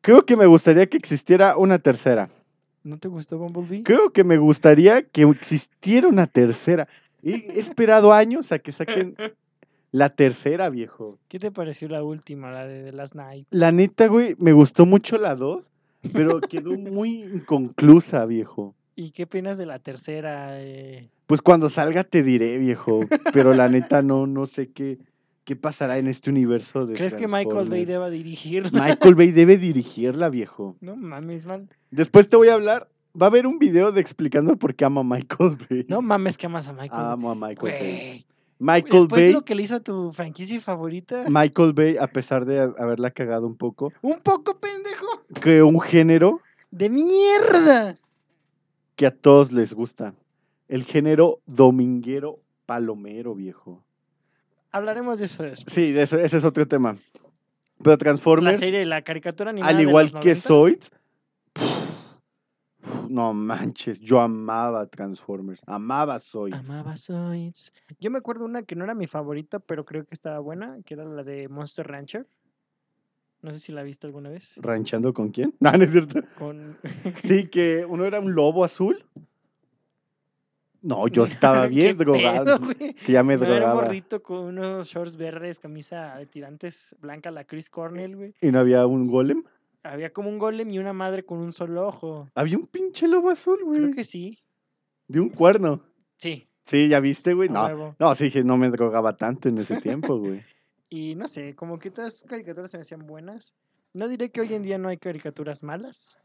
S2: Creo que me gustaría que existiera una tercera.
S1: ¿No te gustó Bumblebee?
S2: Creo que me gustaría que existiera una tercera. He esperado años a que saquen la tercera, viejo.
S1: ¿Qué te pareció la última, la de The Last Night?
S2: La neta, güey, me gustó mucho la dos, pero quedó muy inconclusa, viejo.
S1: ¿Y qué opinas de la tercera? eh?
S2: Pues cuando salga te diré, viejo. Pero la neta, no, no sé qué, qué pasará en este universo de.
S1: ¿Crees que Michael Bay
S2: Transformers.
S1: deba dirigirla?
S2: Michael Bay debe dirigirla, viejo.
S1: No mames, man.
S2: Después te voy a hablar. Va a haber un video de explicando por qué amo a Michael Bay.
S1: No mames que amas a Michael.
S2: Amo a Ah, Michael Bay.
S1: Güey.
S2: Michael
S1: Después
S2: Bay,
S1: lo que le hizo a tu franquicia favorita.
S2: Michael Bay, a pesar de ha- haberla cagado un poco,
S1: Un poco pendejo.
S2: creó un género
S1: De mierda.
S2: que a todos les gusta. El género dominguero palomero, viejo.
S1: Hablaremos de eso después.
S2: Sí, de eso, ese es otro tema. Pero
S1: La
S2: Transformers,
S1: serie, la caricatura animada.
S2: al
S1: de
S2: igual
S1: los
S2: que
S1: 90.
S2: Zoid, no manches, yo amaba Transformers, amaba Zoid.
S1: Amaba Zoids. Yo me acuerdo una que no era mi favorita, pero creo que estaba buena, que era la de Monster Rancher. No sé si la viste alguna vez.
S2: ¿Ranchando con quién? No, no es cierto.
S1: Con...
S2: Sí, que uno era un lobo azul. No, yo estaba
S1: ¿Qué
S2: bien
S1: pedo,
S2: drogado.
S1: güey?
S2: que ya me
S1: No, era un
S2: drogaba.
S1: morrito con unos shorts verdes, camisa de tirantes blanca, la Chris Cornell, güey.
S2: Y no había un golem.
S1: Había como un golem y una madre con un solo ojo.
S2: Había un pinche lobo azul,
S1: Creo
S2: güey.
S1: que sí.
S2: De un cuerno.
S1: Sí,
S2: Sí, ya viste, güey.
S1: a
S2: No,
S1: huevo.
S2: no, sí, que no me drogaba tanto en ese tiempo, güey.
S1: Y no sé, como que todas las caricaturas se me hacían buenas. No diré que hoy en día no hay caricaturas malas,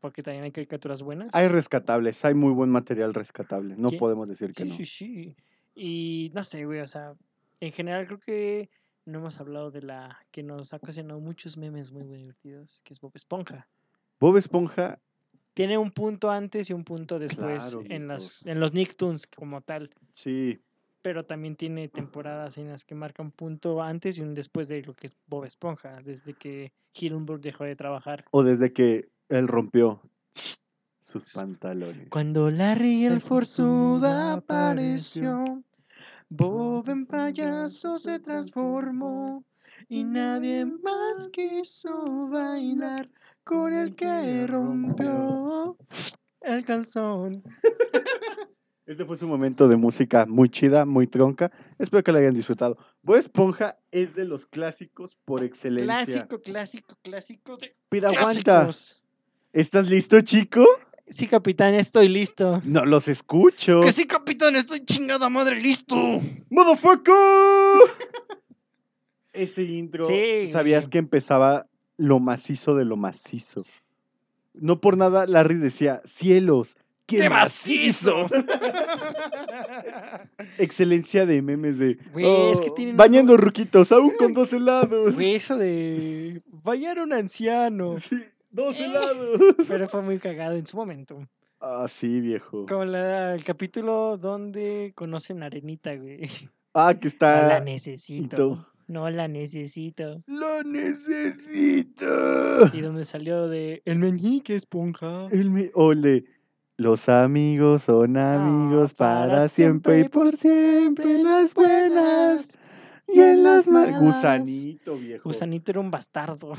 S1: porque también hay caricaturas buenas.
S2: Hay rescatables, hay muy buen material rescatable. No
S1: ¿Qué?
S2: podemos decir que
S1: Sí,
S2: no.
S1: sí, sí. Y no sé, güey, o sea, en general creo que no hemos hablado de la que nos ha ocasionado muchos memes muy divertidos, que es Bob Esponja.
S2: Bob Esponja,
S1: Tiene un punto antes y un punto después
S2: Claro,
S1: en,
S2: viejo.
S1: las, en los Nicktoons como tal,
S2: sí.
S1: pero también tiene temporadas en las que marca un punto antes y un después de lo que es Bob Esponja, desde que Hillenburg dejó de trabajar.
S2: O desde que él rompió sus pantalones.
S1: Cuando Larry el
S2: El forzudo
S1: forzuda
S2: apareció,
S1: apareció, Bob en payaso se transformó y nadie más quiso bailar con el que rompió el calzón.
S2: Este fue su momento de música muy chida, muy tronca. Espero que la hayan disfrutado. Bob Esponja es de los clásicos por excelencia.
S1: Clásico, clásico, clásico de
S2: Pero aguanta.
S1: clásicos.
S2: ¿Estás listo, chico?
S1: Sí, capitán, estoy listo.
S2: No los escucho.
S1: Que sí, capitán, estoy chingada madre listo.
S2: ¡Motherfucker! Ese intro,
S1: Sí,
S2: sabías
S1: güey.
S2: que empezaba lo macizo de lo macizo. No por nada Larry decía, cielos, qué,
S1: ¡Qué
S2: macizo.
S1: macizo!
S2: Excelencia de memes de... "Oh,
S1: Güey, es que tienen
S2: bañando
S1: uno-
S2: ruquitos, aún con dos helados.
S1: Güey, eso de bailar a un anciano.
S2: Sí, dos
S1: Eh.
S2: helados.
S1: Pero fue muy cagado en su momento.
S2: Ah, sí, viejo.
S1: Con la- el capítulo donde conocen a Arenita, güey.
S2: Ah, que
S1: No la
S2: está...
S1: necesito.
S2: Ito.
S1: No la necesito.
S2: Lo necesito.
S1: Y donde salió de El meñique esponja.
S2: El me- o el de, los amigos son amigos Oh, para, siempre y por siempre en las buenas y en las malas. Gusanito, viejo.
S1: Gusanito era un bastardo.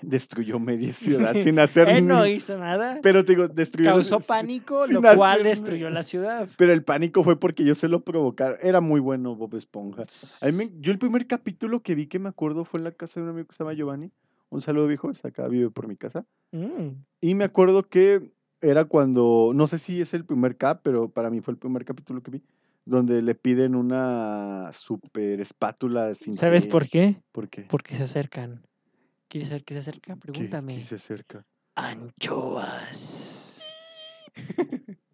S2: Destruyó media ciudad sin hacer
S1: Él no
S2: ni-
S1: hizo nada.
S2: Pero te digo, destruyó...
S1: Causó
S2: sí,
S1: pánico,
S2: sin
S1: lo cual
S2: hacer-
S1: destruyó la ciudad.
S2: Pero el pánico fue porque yo se lo provocaron. Era muy bueno Bob Esponja. A mí me- yo el primer capítulo que vi que me acuerdo fue en la casa de un amigo que se llama Giovanni. Un saludo, viejo. es Acá vive por mi casa.
S1: Mm,
S2: Y me acuerdo que era cuando, no sé si es el primer cap, pero para mí fue el primer capítulo que vi, donde le piden una super espátula sin
S1: ¿Sabes por qué?
S2: ¿Por qué?
S1: Porque se acercan. ¿Quieres saber qué se acerca?
S2: ¿Qué-
S1: Pregúntame.
S2: qué se acerca.
S1: Anchoas.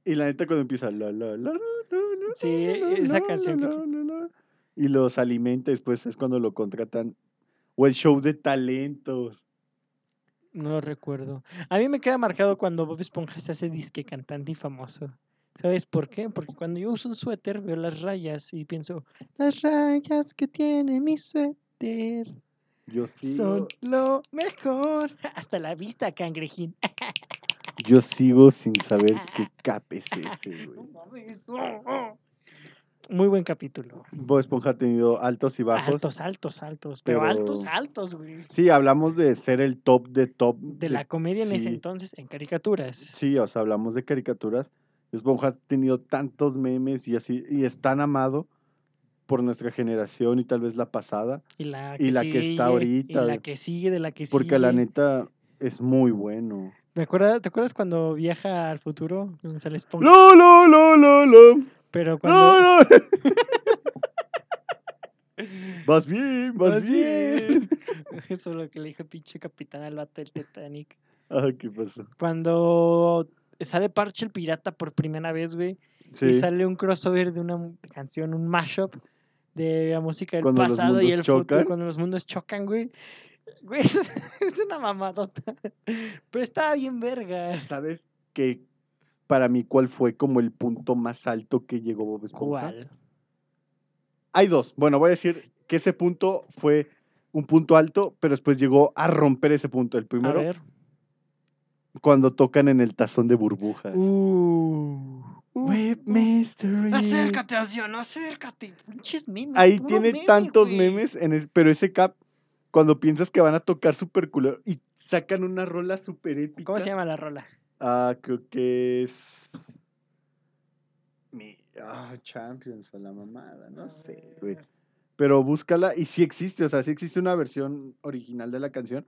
S2: Y la neta cuando empieza la, la, la, la, la, la,
S1: Sí, e,
S2: la,
S1: esa
S2: la,
S1: canción
S2: la, la, la, y los alimenta y después es cuando lo contratan o el show de talentos.
S1: No lo recuerdo. A mí me queda marcado cuando Bob Esponja se hace disque cantante y famoso. ¿Sabes por qué? Porque cuando yo uso un suéter veo las rayas y pienso, las rayas que tiene mi suéter
S2: Yo
S1: son
S2: sigo,
S1: lo mejor. Hasta la vista, cangrejín.
S2: yo sigo sin saber qué cap es ese,
S1: No
S2: güey.
S1: mames, oh, oh. Muy buen capítulo.
S2: Bob Esponja ha tenido altos y bajos.
S1: Altos, altos, altos. Pero,
S2: Pero-
S1: altos, altos, güey.
S2: Sí, hablamos de ser el top de top.
S1: De la comedia en ese
S2: sí.
S1: entonces, en caricaturas.
S2: Sí, o sea, hablamos de caricaturas. Esponja ha tenido tantos memes y así, y es tan amado por nuestra generación y tal vez la pasada,
S1: Y la que,
S2: Y la que está
S1: sigue,
S2: ahorita,
S1: Y la
S2: güey.
S1: que sigue, de la que
S2: porque
S1: sigue.
S2: la neta es muy bueno.
S1: ¿Te acuerdas, ¿Te acuerdas cuando viaja al futuro? Donde sale Esponja.
S2: ¡Lo, lo, lo, lo, lo!
S1: Pero cuando.
S2: ¡No, no! ¡Vas bien, vas,
S1: Más
S2: bien!
S1: bien. Eso es lo que le dijo pinche capitán al vato del Titanic.
S2: Ah, ¿qué pasó?
S1: Cuando sale Parche el Pirata por primera vez, güey. Y
S2: Sí,
S1: sale un crossover de una mu- canción, un mashup de la música del
S2: Cuando los
S1: pasado y
S2: mundos
S1: el
S2: chocan.
S1: futuro. Cuando los mundos chocan, güey. Güey, es, es una mamadota. Pero estaba bien verga.
S2: ¿sabes que para mí cuál fue como el punto más alto que llegó Bob Esponja?
S1: ¿Cuál?
S2: Hay dos. Bueno, voy a decir que ese punto fue un punto alto, pero después llegó a romper ese punto. El
S1: A
S2: primero,
S1: ver.
S2: cuando tocan en el tazón de burbujas.
S1: Uh, uh,
S2: Web
S1: uh.
S2: Mystery.
S1: Acércate, Ocean, acércate. Pinches memes.
S2: Ahí
S1: puro
S2: tiene
S1: meme,
S2: tantos
S1: güey.
S2: memes, en es- pero ese cap, cuando piensas que van a tocar super cool y sacan una rola super épica.
S1: ¿Cómo se llama la rola?
S2: Ah, creo que es. Mi... ah, Champions o la mamada, no sé, güey. pero búscala y sí existe, o sea, sí existe una versión original de la canción,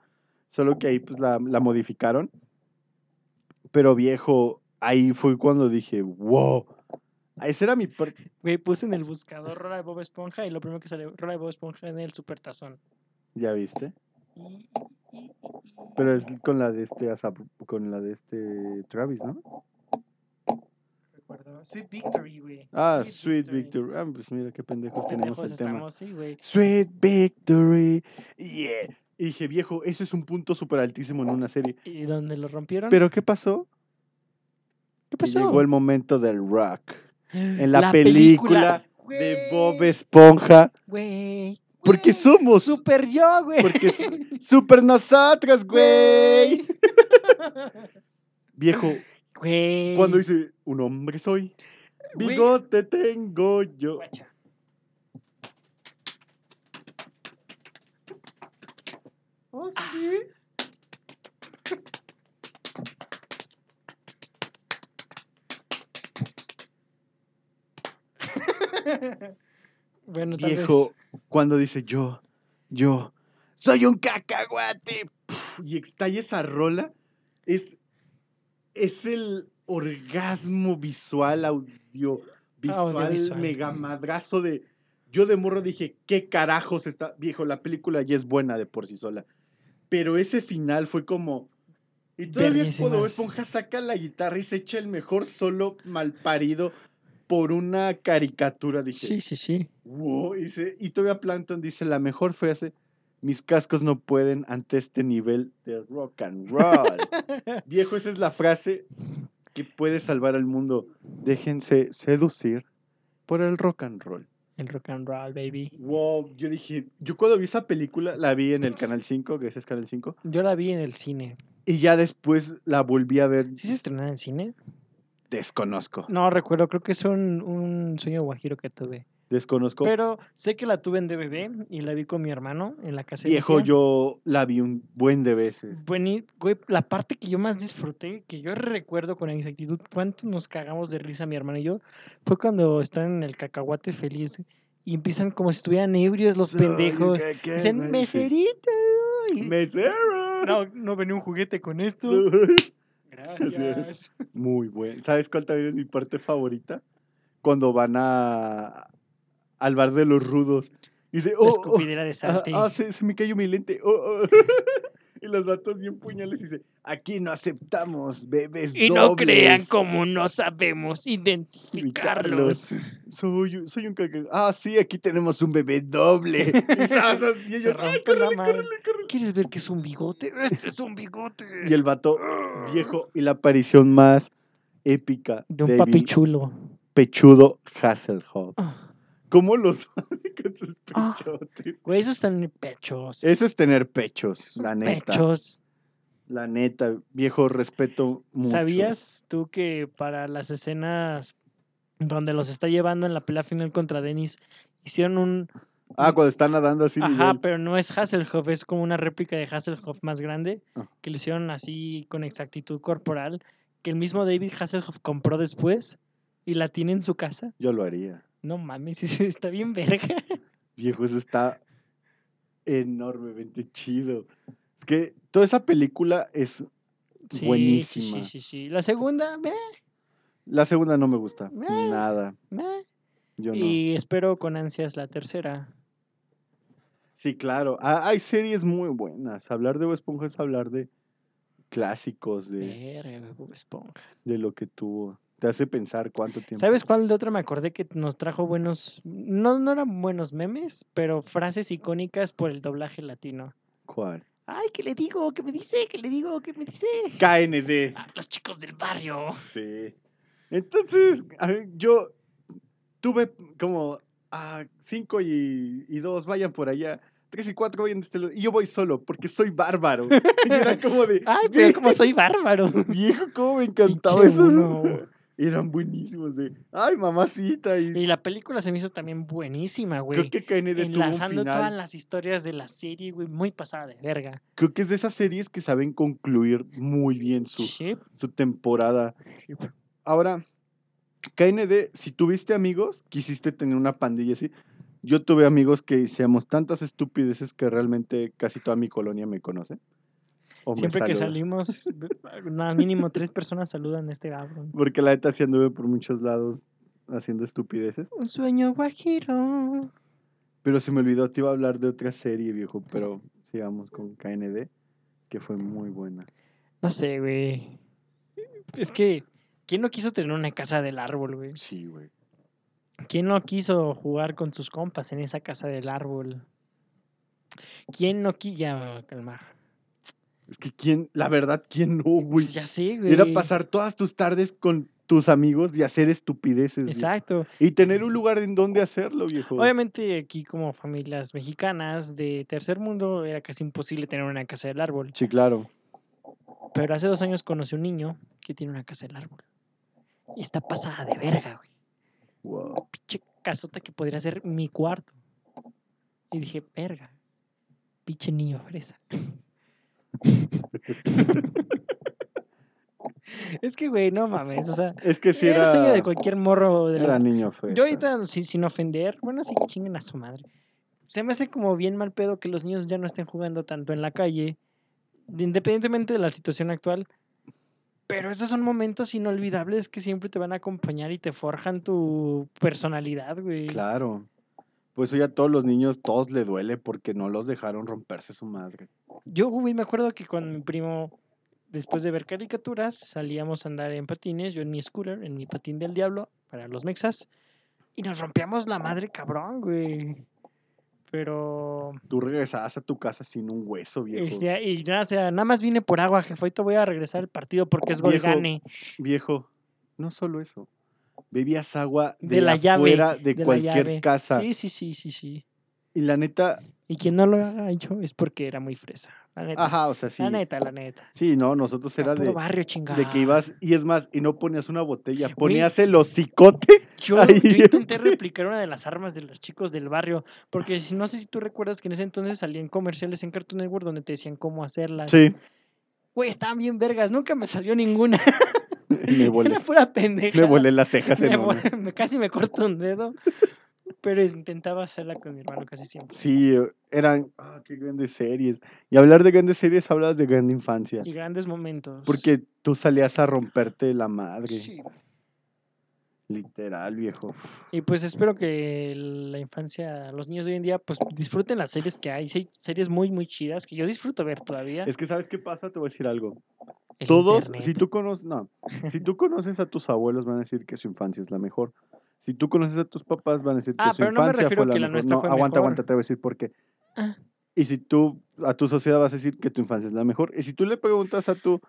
S2: solo que ahí pues la, la modificaron. Pero viejo, ahí fue cuando dije, wow, ese era mi... par-
S1: Güey, puse en el buscador rola de Bob Esponja y lo primero que salió, rola de Bob Esponja en el supertazón.
S2: Ya viste,
S1: Y- y-
S2: pero es con la de este, Asap- con la de este Travis, ¿no?
S1: recuerdo. Sweet Victory, güey.
S2: Ah, Sweet Victory. Ah, pues mira qué pendejos tenemos
S1: Pendejos
S2: el tema.
S1: estamos, sí, güey.
S2: Sweet Victory, yeah. Y dije, viejo, eso es un punto súper altísimo en una serie.
S1: Y donde lo rompieron.
S2: Pero ¿qué pasó?
S1: ¿Qué
S2: Que
S1: pasó?
S2: Llegó el momento del rock. en la película de Bob
S1: Güey,
S2: Esponja.
S1: Güey.
S2: Porque
S1: güey,
S2: somos-
S1: Super yo, güey.
S2: Porque s- super nosotras, güey. Viejo,
S1: Güey.
S2: cuando dice, un hombre soy,
S1: Güey.
S2: bigote tengo yo.
S1: Guacha.
S2: sí?
S1: Bueno, tal
S2: Viejo, cuando dice yo, yo, soy un cacahuate. pf, Y estalla esa rola. Es, es el orgasmo visual, audio, visual,
S1: Audiovisual.
S2: mega madrazo de. Yo de morro dije, ¿qué carajos está? Viejo, la película ya es buena de por sí sola. Pero ese final fue como. Y todavía cuando Bob
S1: Verguísimas.
S2: Esponja saca la guitarra y se echa el mejor solo malparido por una caricatura.
S1: vez. Sí,
S2: Dije,
S1: sí, sí.
S2: Wow, dice, y todavía Plankton dice la mejor frase, mis cascos no pueden ante este nivel de rock and roll. Viejo, esa es la frase que puede salvar al mundo. Déjense seducir por el rock and roll.
S1: El rock and roll, baby.
S2: Wow, yo dije, yo cuando vi esa película la vi en el Canal 5, que ese es Canal 5,
S1: Yo la vi en el cine.
S2: y ya después la volví a ver,
S1: ¿Sí se estrenó en el cine?
S2: desconozco,
S1: No recuerdo, creo que es un, un sueño guajiro que tuve.
S2: desconozco.
S1: Pero sé que la tuve en DVD y la vi con mi hermano en la casa de mi
S2: Viejo,
S1: tía.
S2: yo la vi un buen de veces.
S1: Bueni- güey, la parte que yo más disfruté, que yo recuerdo con exactitud cuánto nos cagamos de risa mi hermano y yo, fue cuando están en el cacahuate feliz güey, y empiezan como si estuvieran ebrios los pendejos.
S2: Ay, ¿qué- qué,
S1: Dicen,
S2: güey? Sí.
S1: meserito. y-
S2: Mesero.
S1: no, no venía un juguete con esto.
S2: Tú.
S1: Gracias.
S2: Muy bueno. ¿Sabes cuál también es mi parte favorita? cuando van a al bar de los rudos. Y dice, oh,
S1: la
S2: oh,
S1: escupidera de
S2: ah,
S1: Santi.
S2: ah, se, se me cayó mi lente. oh, oh". y los vatos bien puñales y dice, aquí no aceptamos bebés
S1: y no
S2: dobles.
S1: crean como no sabemos identificarlos.
S2: Soy, soy un caca- Ah, sí, aquí tenemos un bebé doble. Y, zas, y ellos,
S1: Se
S2: "Ay,
S1: rompe la
S2: córrele,
S1: madre.
S2: córrele, córrele".
S1: ¿Quieres ver que es un bigote? Este es un bigote.
S2: Y el vato viejo y la aparición más épica
S1: De un
S2: Bill
S1: papi chulo.
S2: pechudo Hasselhoff.
S1: Ah,
S2: ¿Cómo los con sus
S1: Ah.
S2: pechotes?
S1: Güey, esos están en pechos.
S2: Eso es tener pechos,
S1: Son
S2: la neta.
S1: Pechos.
S2: La neta, viejo, respeto mucho.
S1: ¿Sabías tú que para las escenas donde los está llevando en la pelea final contra Dennis, hicieron un...
S2: Ah, cuando están nadando así.
S1: Ajá,
S2: nivel.
S1: pero no es Hasselhoff, es como una réplica de Hasselhoff más grande,
S2: Ah.
S1: que lo hicieron así con exactitud corporal, que el mismo David Hasselhoff compró después y la tiene en su casa.
S2: Yo lo haría.
S1: No mames, está bien verga.
S2: Viejo, eso está enormemente chido. Es que toda esa película es
S1: Sí, Sí, sí,
S2: buenísima.
S1: sí, sí. La segunda, meh,
S2: La segunda no me gusta.
S1: Meh.
S2: Nada.
S1: meh.
S2: Yo no.
S1: Eh. Y espero con ansias la tercera.
S2: Sí, claro. Ah, hay series muy buenas. Hablar de Bob Esponja es hablar de clásicos, de,
S1: Verga, Bob Esponja.
S2: de lo que tuvo. Te hace pensar cuánto tiempo.
S1: ¿Sabes cuál de otra me acordé que nos trajo buenos, no, no eran buenos memes, pero frases icónicas por el doblaje latino?
S2: ¿Cuál?
S1: Ay, ¿qué le digo? ¿Qué me dice? ¿Qué le digo? ¿Qué me dice?
S2: KND.
S1: Ah, los chicos del barrio.
S2: Sí. Entonces, a ver, yo tuve como ah, cinco y, y dos vayan por allá, tres y cuatro vayan de este lado, y yo voy solo porque soy bárbaro. Y era como de,
S1: Ay, pero como soy bárbaro.
S2: viejo, cómo me encantaba
S1: Pinche
S2: eso.
S1: uno.
S2: Eran buenísimos de, ay, mamacita. Y
S1: Y la película se me hizo también buenísima,
S2: creo
S1: güey.
S2: que KND tuvo un
S1: Enlazando todas
S2: final.
S1: las historias de la serie, güey, muy pasada de verga.
S2: Creo que es de esas series que saben concluir muy bien su,
S1: Sí.
S2: su temporada. Ahora, KND, si tuviste amigos, quisiste tener una pandilla así. Yo tuve amigos que hicimos tantas estupideces que realmente casi toda mi colonia me conoce. o me
S1: Siempre que
S2: saluda.
S1: salimos, nada, mínimo tres personas saludan a este cabrón.
S2: Porque la neta sí anduve por muchos lados haciendo estupideces.
S1: Un sueño guajiro.
S2: Pero se me olvidó, te iba a hablar de otra serie, viejo. Pero sigamos con KND, que fue muy buena.
S1: No sé, güey. Es que, ¿quién no quiso tener una casa del árbol, güey?
S2: Sí, güey.
S1: ¿Quién no quiso jugar con sus compas en esa casa del árbol? ¿Quién no quiso? Ya, me voy a calmar.
S2: Es que quién, la verdad, quién no, güey.
S1: Pues ya sé, güey.
S2: Era pasar todas tus tardes con tus amigos y hacer estupideces. viejo.
S1: Exacto.
S2: Y tener un lugar en donde hacerlo, viejo.
S1: Obviamente aquí como familias mexicanas de tercer mundo era casi imposible tener una casa del árbol.
S2: Sí, claro.
S1: Pero hace dos años conocí un niño que tiene una casa del árbol. Y está pasada de verga, güey.
S2: Wow.
S1: Pinche casota que podría ser mi cuarto. Y dije, verga. Pinche niño fresa. es que, güey, no mames. O sea,
S2: Es que si
S1: era
S2: era,
S1: el sueño de cualquier morro de los
S2: era niño feo.
S1: Yo ahorita, sin, sin ofender, bueno, sí que chinguen a su madre. Se me hace como bien mal pedo que los niños ya no estén jugando tanto en la calle, de- independientemente de la situación actual. Pero esos son momentos inolvidables que siempre te van a acompañar y te forjan tu personalidad, güey.
S2: Claro. Pues hoy a todos los niños, todos le duele porque no los dejaron romperse su madre.
S1: Yo, güey, me acuerdo que con mi primo, después de ver caricaturas, salíamos a andar en patines, yo en mi scooter, en mi patín del diablo, para los mexas, y nos rompíamos la madre cabrón, güey. Pero
S2: Tú regresabas a tu casa sin un hueso, viejo.
S1: Y, sea- Este, y nada, o sea, nada más vine por agua, jefe. Ahorita voy a regresar al partido porque es gol
S2: Viejo,
S1: gane.
S2: Viejo, no solo eso. Bebías agua de,
S1: De la llave,
S2: afuera de,
S1: de la
S2: cualquier
S1: llave.
S2: casa.
S1: Sí, sí, sí, sí, sí.
S2: Y la neta,
S1: Y quien no lo ha hecho es porque era muy fresa. La neta,
S2: ajá, o sea, sí.
S1: la neta, la neta.
S2: Sí, no, nosotros
S1: Era
S2: era
S1: puro
S2: de,
S1: barrio,
S2: de
S1: chingada.
S2: que ibas, y es más, y no ponías una botella, ponías el hocicote.
S1: Yo,
S2: ahí.
S1: yo intenté replicar una de las armas de los chicos del barrio. Porque si- no sé si tú recuerdas que en ese entonces salían comerciales en Cartoon Network donde te decían cómo hacerlas.
S2: Sí,
S1: Güey, estaban bien vergas. Nunca me salió ninguna.
S2: me volé.
S1: Era pura pendeja.
S2: Me volé las cejas
S1: Me
S2: en una.
S1: vol- me- casi me corto un dedo, pero es- intentaba hacerla con mi hermano casi siempre.
S2: Sí, eh, eran, ah, qué grandes series. Y hablar de grandes series, hablabas de gran infancia.
S1: Y grandes momentos.
S2: Porque tú salías a romperte la madre.
S1: Sí,
S2: Literal, viejo.
S1: Y pues espero que la infancia, los niños de hoy en día, pues disfruten las series que hay. Sí, Hay series muy, muy chidas que yo disfruto ver todavía.
S2: Es que, ¿sabes qué pasa? Te voy a decir algo.
S1: El
S2: Todos,
S1: internet.
S2: si tú conoces, no, si tú conoces a tus abuelos van a decir que su infancia es la mejor. Si tú conoces a tus papás van a decir que
S1: Ah,
S2: su
S1: pero no me
S2: infancia
S1: refiero
S2: fue la,
S1: que la
S2: mejor.
S1: nuestra
S2: no,
S1: fue
S2: aguanta,
S1: mejor.
S2: aguanta, te voy a decir por qué. Y si tú a tu sociedad vas a decir que tu infancia es la mejor, y si tú le preguntas a tu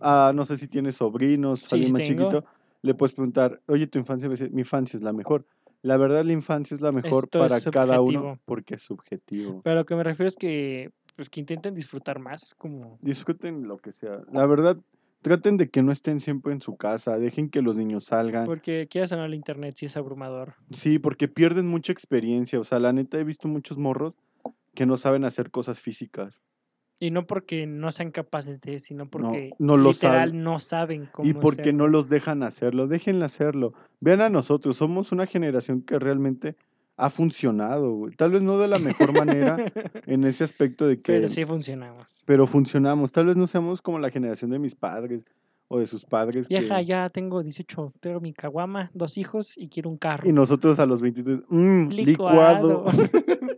S2: a no sé si tienes sobrinos,
S1: Sí,
S2: alguien más
S1: tengo.
S2: chiquito, le puedes preguntar, "Oye, tu infancia", va a decir, "Mi infancia es la mejor." La verdad la infancia es la mejor
S1: Esto
S2: para
S1: es
S2: cada uno
S1: subjetivo.
S2: porque es subjetivo.
S1: Pero a lo que me refiero es que, pues que intenten disfrutar más, como...
S2: Discuten lo que sea. La verdad Traten de que no estén siempre en su casa, dejen que los niños salgan,
S1: Porque quieras o no el internet sí es abrumador.
S2: Sí, porque pierden mucha experiencia. O sea, la neta he visto muchos morros que no saben hacer cosas físicas.
S1: Y no porque no sean capaces de, sino porque
S2: no lo
S1: literal
S2: saben.
S1: no saben cómo
S2: Y porque
S1: hacerlo.
S2: no los dejan hacerlo. Déjenlo hacerlo. Vean a nosotros, somos una generación que realmente ha funcionado. güey. Tal vez no de la mejor manera en ese aspecto de que...
S1: Pero sí funcionamos.
S2: pero funcionamos. Tal vez no seamos como la generación de mis padres o de sus padres. que-
S1: Vieja, ya tengo 18, tengo mi caguama, dos hijos y quiero un carro.
S2: Y nosotros a los 23, mm,
S1: Licuado.
S2: licuado.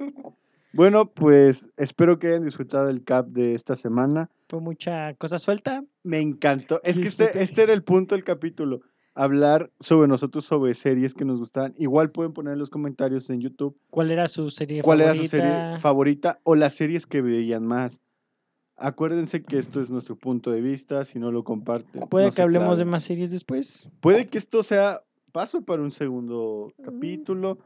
S2: bueno, pues espero que hayan disfrutado el cap de esta semana.
S1: Fue mucha cosa suelta.
S2: Me encantó. Es que este,
S1: Disfruté.
S2: este era el punto del capítulo. Hablar sobre nosotros, sobre series que nos gustaban. Igual pueden poner en los comentarios en YouTube
S1: ¿Cuál era su serie
S2: cuál
S1: favorita?
S2: era su serie favorita o las series que veían más. Acuérdense que esto es nuestro punto de vista. Si no lo comparten,
S1: Puede
S2: no
S1: que
S2: se
S1: hablemos de
S2: claven.
S1: más series después.
S2: Puede que esto sea paso para un segundo capítulo.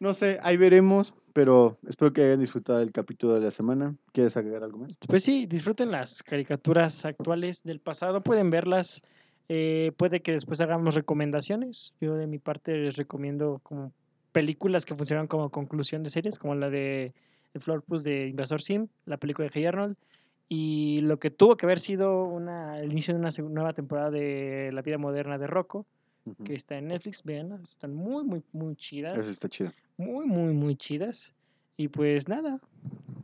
S2: No sé, ahí veremos. Pero espero que hayan disfrutado el capítulo de la semana. ¿Quieres agregar algo más?
S1: Pues sí, disfruten las caricaturas actuales del pasado, pueden verlas. eh, puede que después hagamos recomendaciones. Yo de mi parte les recomiendo como películas que funcionan como conclusión de series, como la de El Florpus de Invasor Sim, la película de Hey Arnold, y lo que tuvo que haber sido una, el inicio de una seg- nueva temporada de La vida moderna de Rocco,
S2: Ujú.
S1: que está en Netflix, vean, están muy, muy, muy chidas
S2: Eso está chido.
S1: muy, muy, muy chidas. Y pues nada,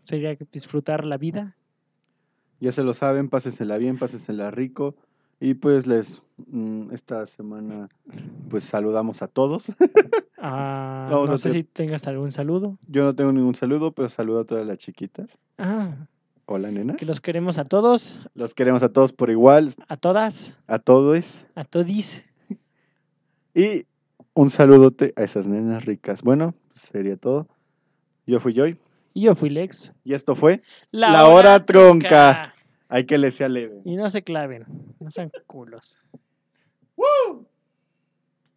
S1: sería que disfrutar la vida.
S2: Ya se lo saben, pásensela bien, pásensela rico. Y pues les, mm, esta semana, pues saludamos a todos.
S1: Ah,
S2: Vamos
S1: no
S2: a
S1: sé
S2: hacer-
S1: si tengas algún saludo.
S2: Yo no tengo ningún saludo, pero saludo a todas las chiquitas.
S1: Ah,
S2: Hola, nenas.
S1: que los queremos a todos,
S2: Los queremos a todos por igual,
S1: a todas,
S2: a todos.
S1: a todis.
S2: Y un saludote a esas nenas ricas. Bueno, pues sería todo. Yo fui Joy.
S1: Y yo fui Lex.
S2: Y esto fue. La hora tronca. Hay que le sea leve.
S1: Y no se claven, no sean culos.
S2: ¡Woo!